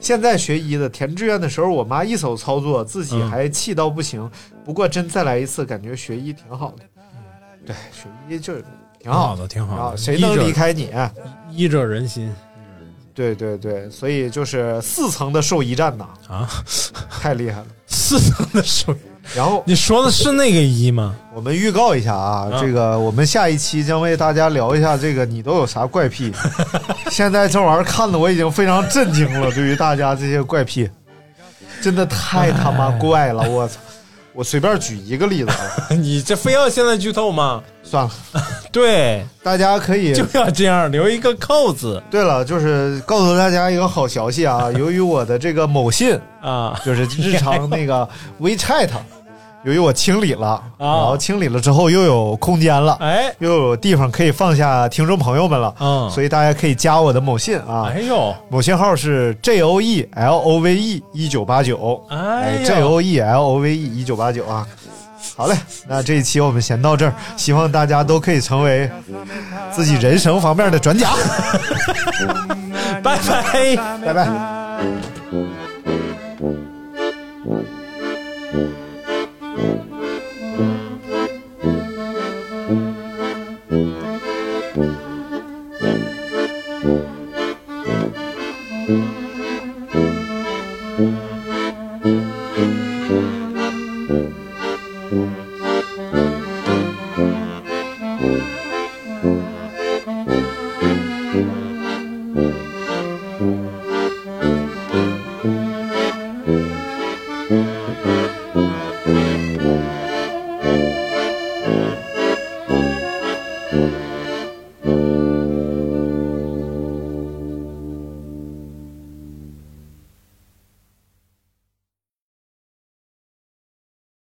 Speaker 2: 现在学医的填志愿的时候，我妈一手操作，自
Speaker 3: 嗯
Speaker 2: 己还气到不行。不过真再来一次，感觉学医挺好的。对，学医就是挺
Speaker 3: 嗯挺
Speaker 2: 好
Speaker 3: 好
Speaker 2: 的。
Speaker 3: 的，挺好
Speaker 2: 啊，
Speaker 3: 的。
Speaker 2: 谁能
Speaker 3: 医者
Speaker 2: 离？开你？啊
Speaker 3: 医者仁心
Speaker 2: 对对对，所以就是四层的兽医站呐，
Speaker 3: 啊，
Speaker 2: 太厉害了。
Speaker 3: [laughs] 四层的手，
Speaker 2: 然
Speaker 3: [laughs]
Speaker 2: 后
Speaker 3: 你说的是那个医吗？
Speaker 2: 我们预告一下啊，
Speaker 3: 啊
Speaker 2: 这个我们下一期将为大家聊一下这个你都有啥怪
Speaker 3: [laughs]
Speaker 2: 癖。现在这玩意儿看的我已经非常震惊了，对于大家这些怪癖，真的太他妈怪
Speaker 3: [laughs]
Speaker 2: 了！我操，我随便举一个例子啊，
Speaker 3: [laughs] 你这非要现在剧透吗？
Speaker 2: 算了，
Speaker 3: [laughs] 对，
Speaker 2: 大家可以
Speaker 3: [laughs] 就要这样留一个扣子
Speaker 2: 对了，就是告诉大家一个好消息
Speaker 3: [laughs]
Speaker 2: 啊，由于我的这个某信。
Speaker 3: 啊
Speaker 2: 就是日常那
Speaker 3: [laughs]
Speaker 2: 个 WeChat，由于我清理了，然后清理了之后又有空间了，
Speaker 3: 啊哎，
Speaker 2: 又有地方可以放下听众朋友们了，
Speaker 3: 嗯
Speaker 2: 所以大家可以加我的某信啊，
Speaker 3: 哎呦，
Speaker 2: 某信号是 J O E L O V E 一九八九，
Speaker 3: 哎呦
Speaker 2: ，J O E L O V E 一九八九啊。好嘞，那这一期我们先到这儿，希望大家都可以成为自己人生方面的专家。
Speaker 3: 拜拜。
Speaker 2: 拜拜。
Speaker 8: Thank you.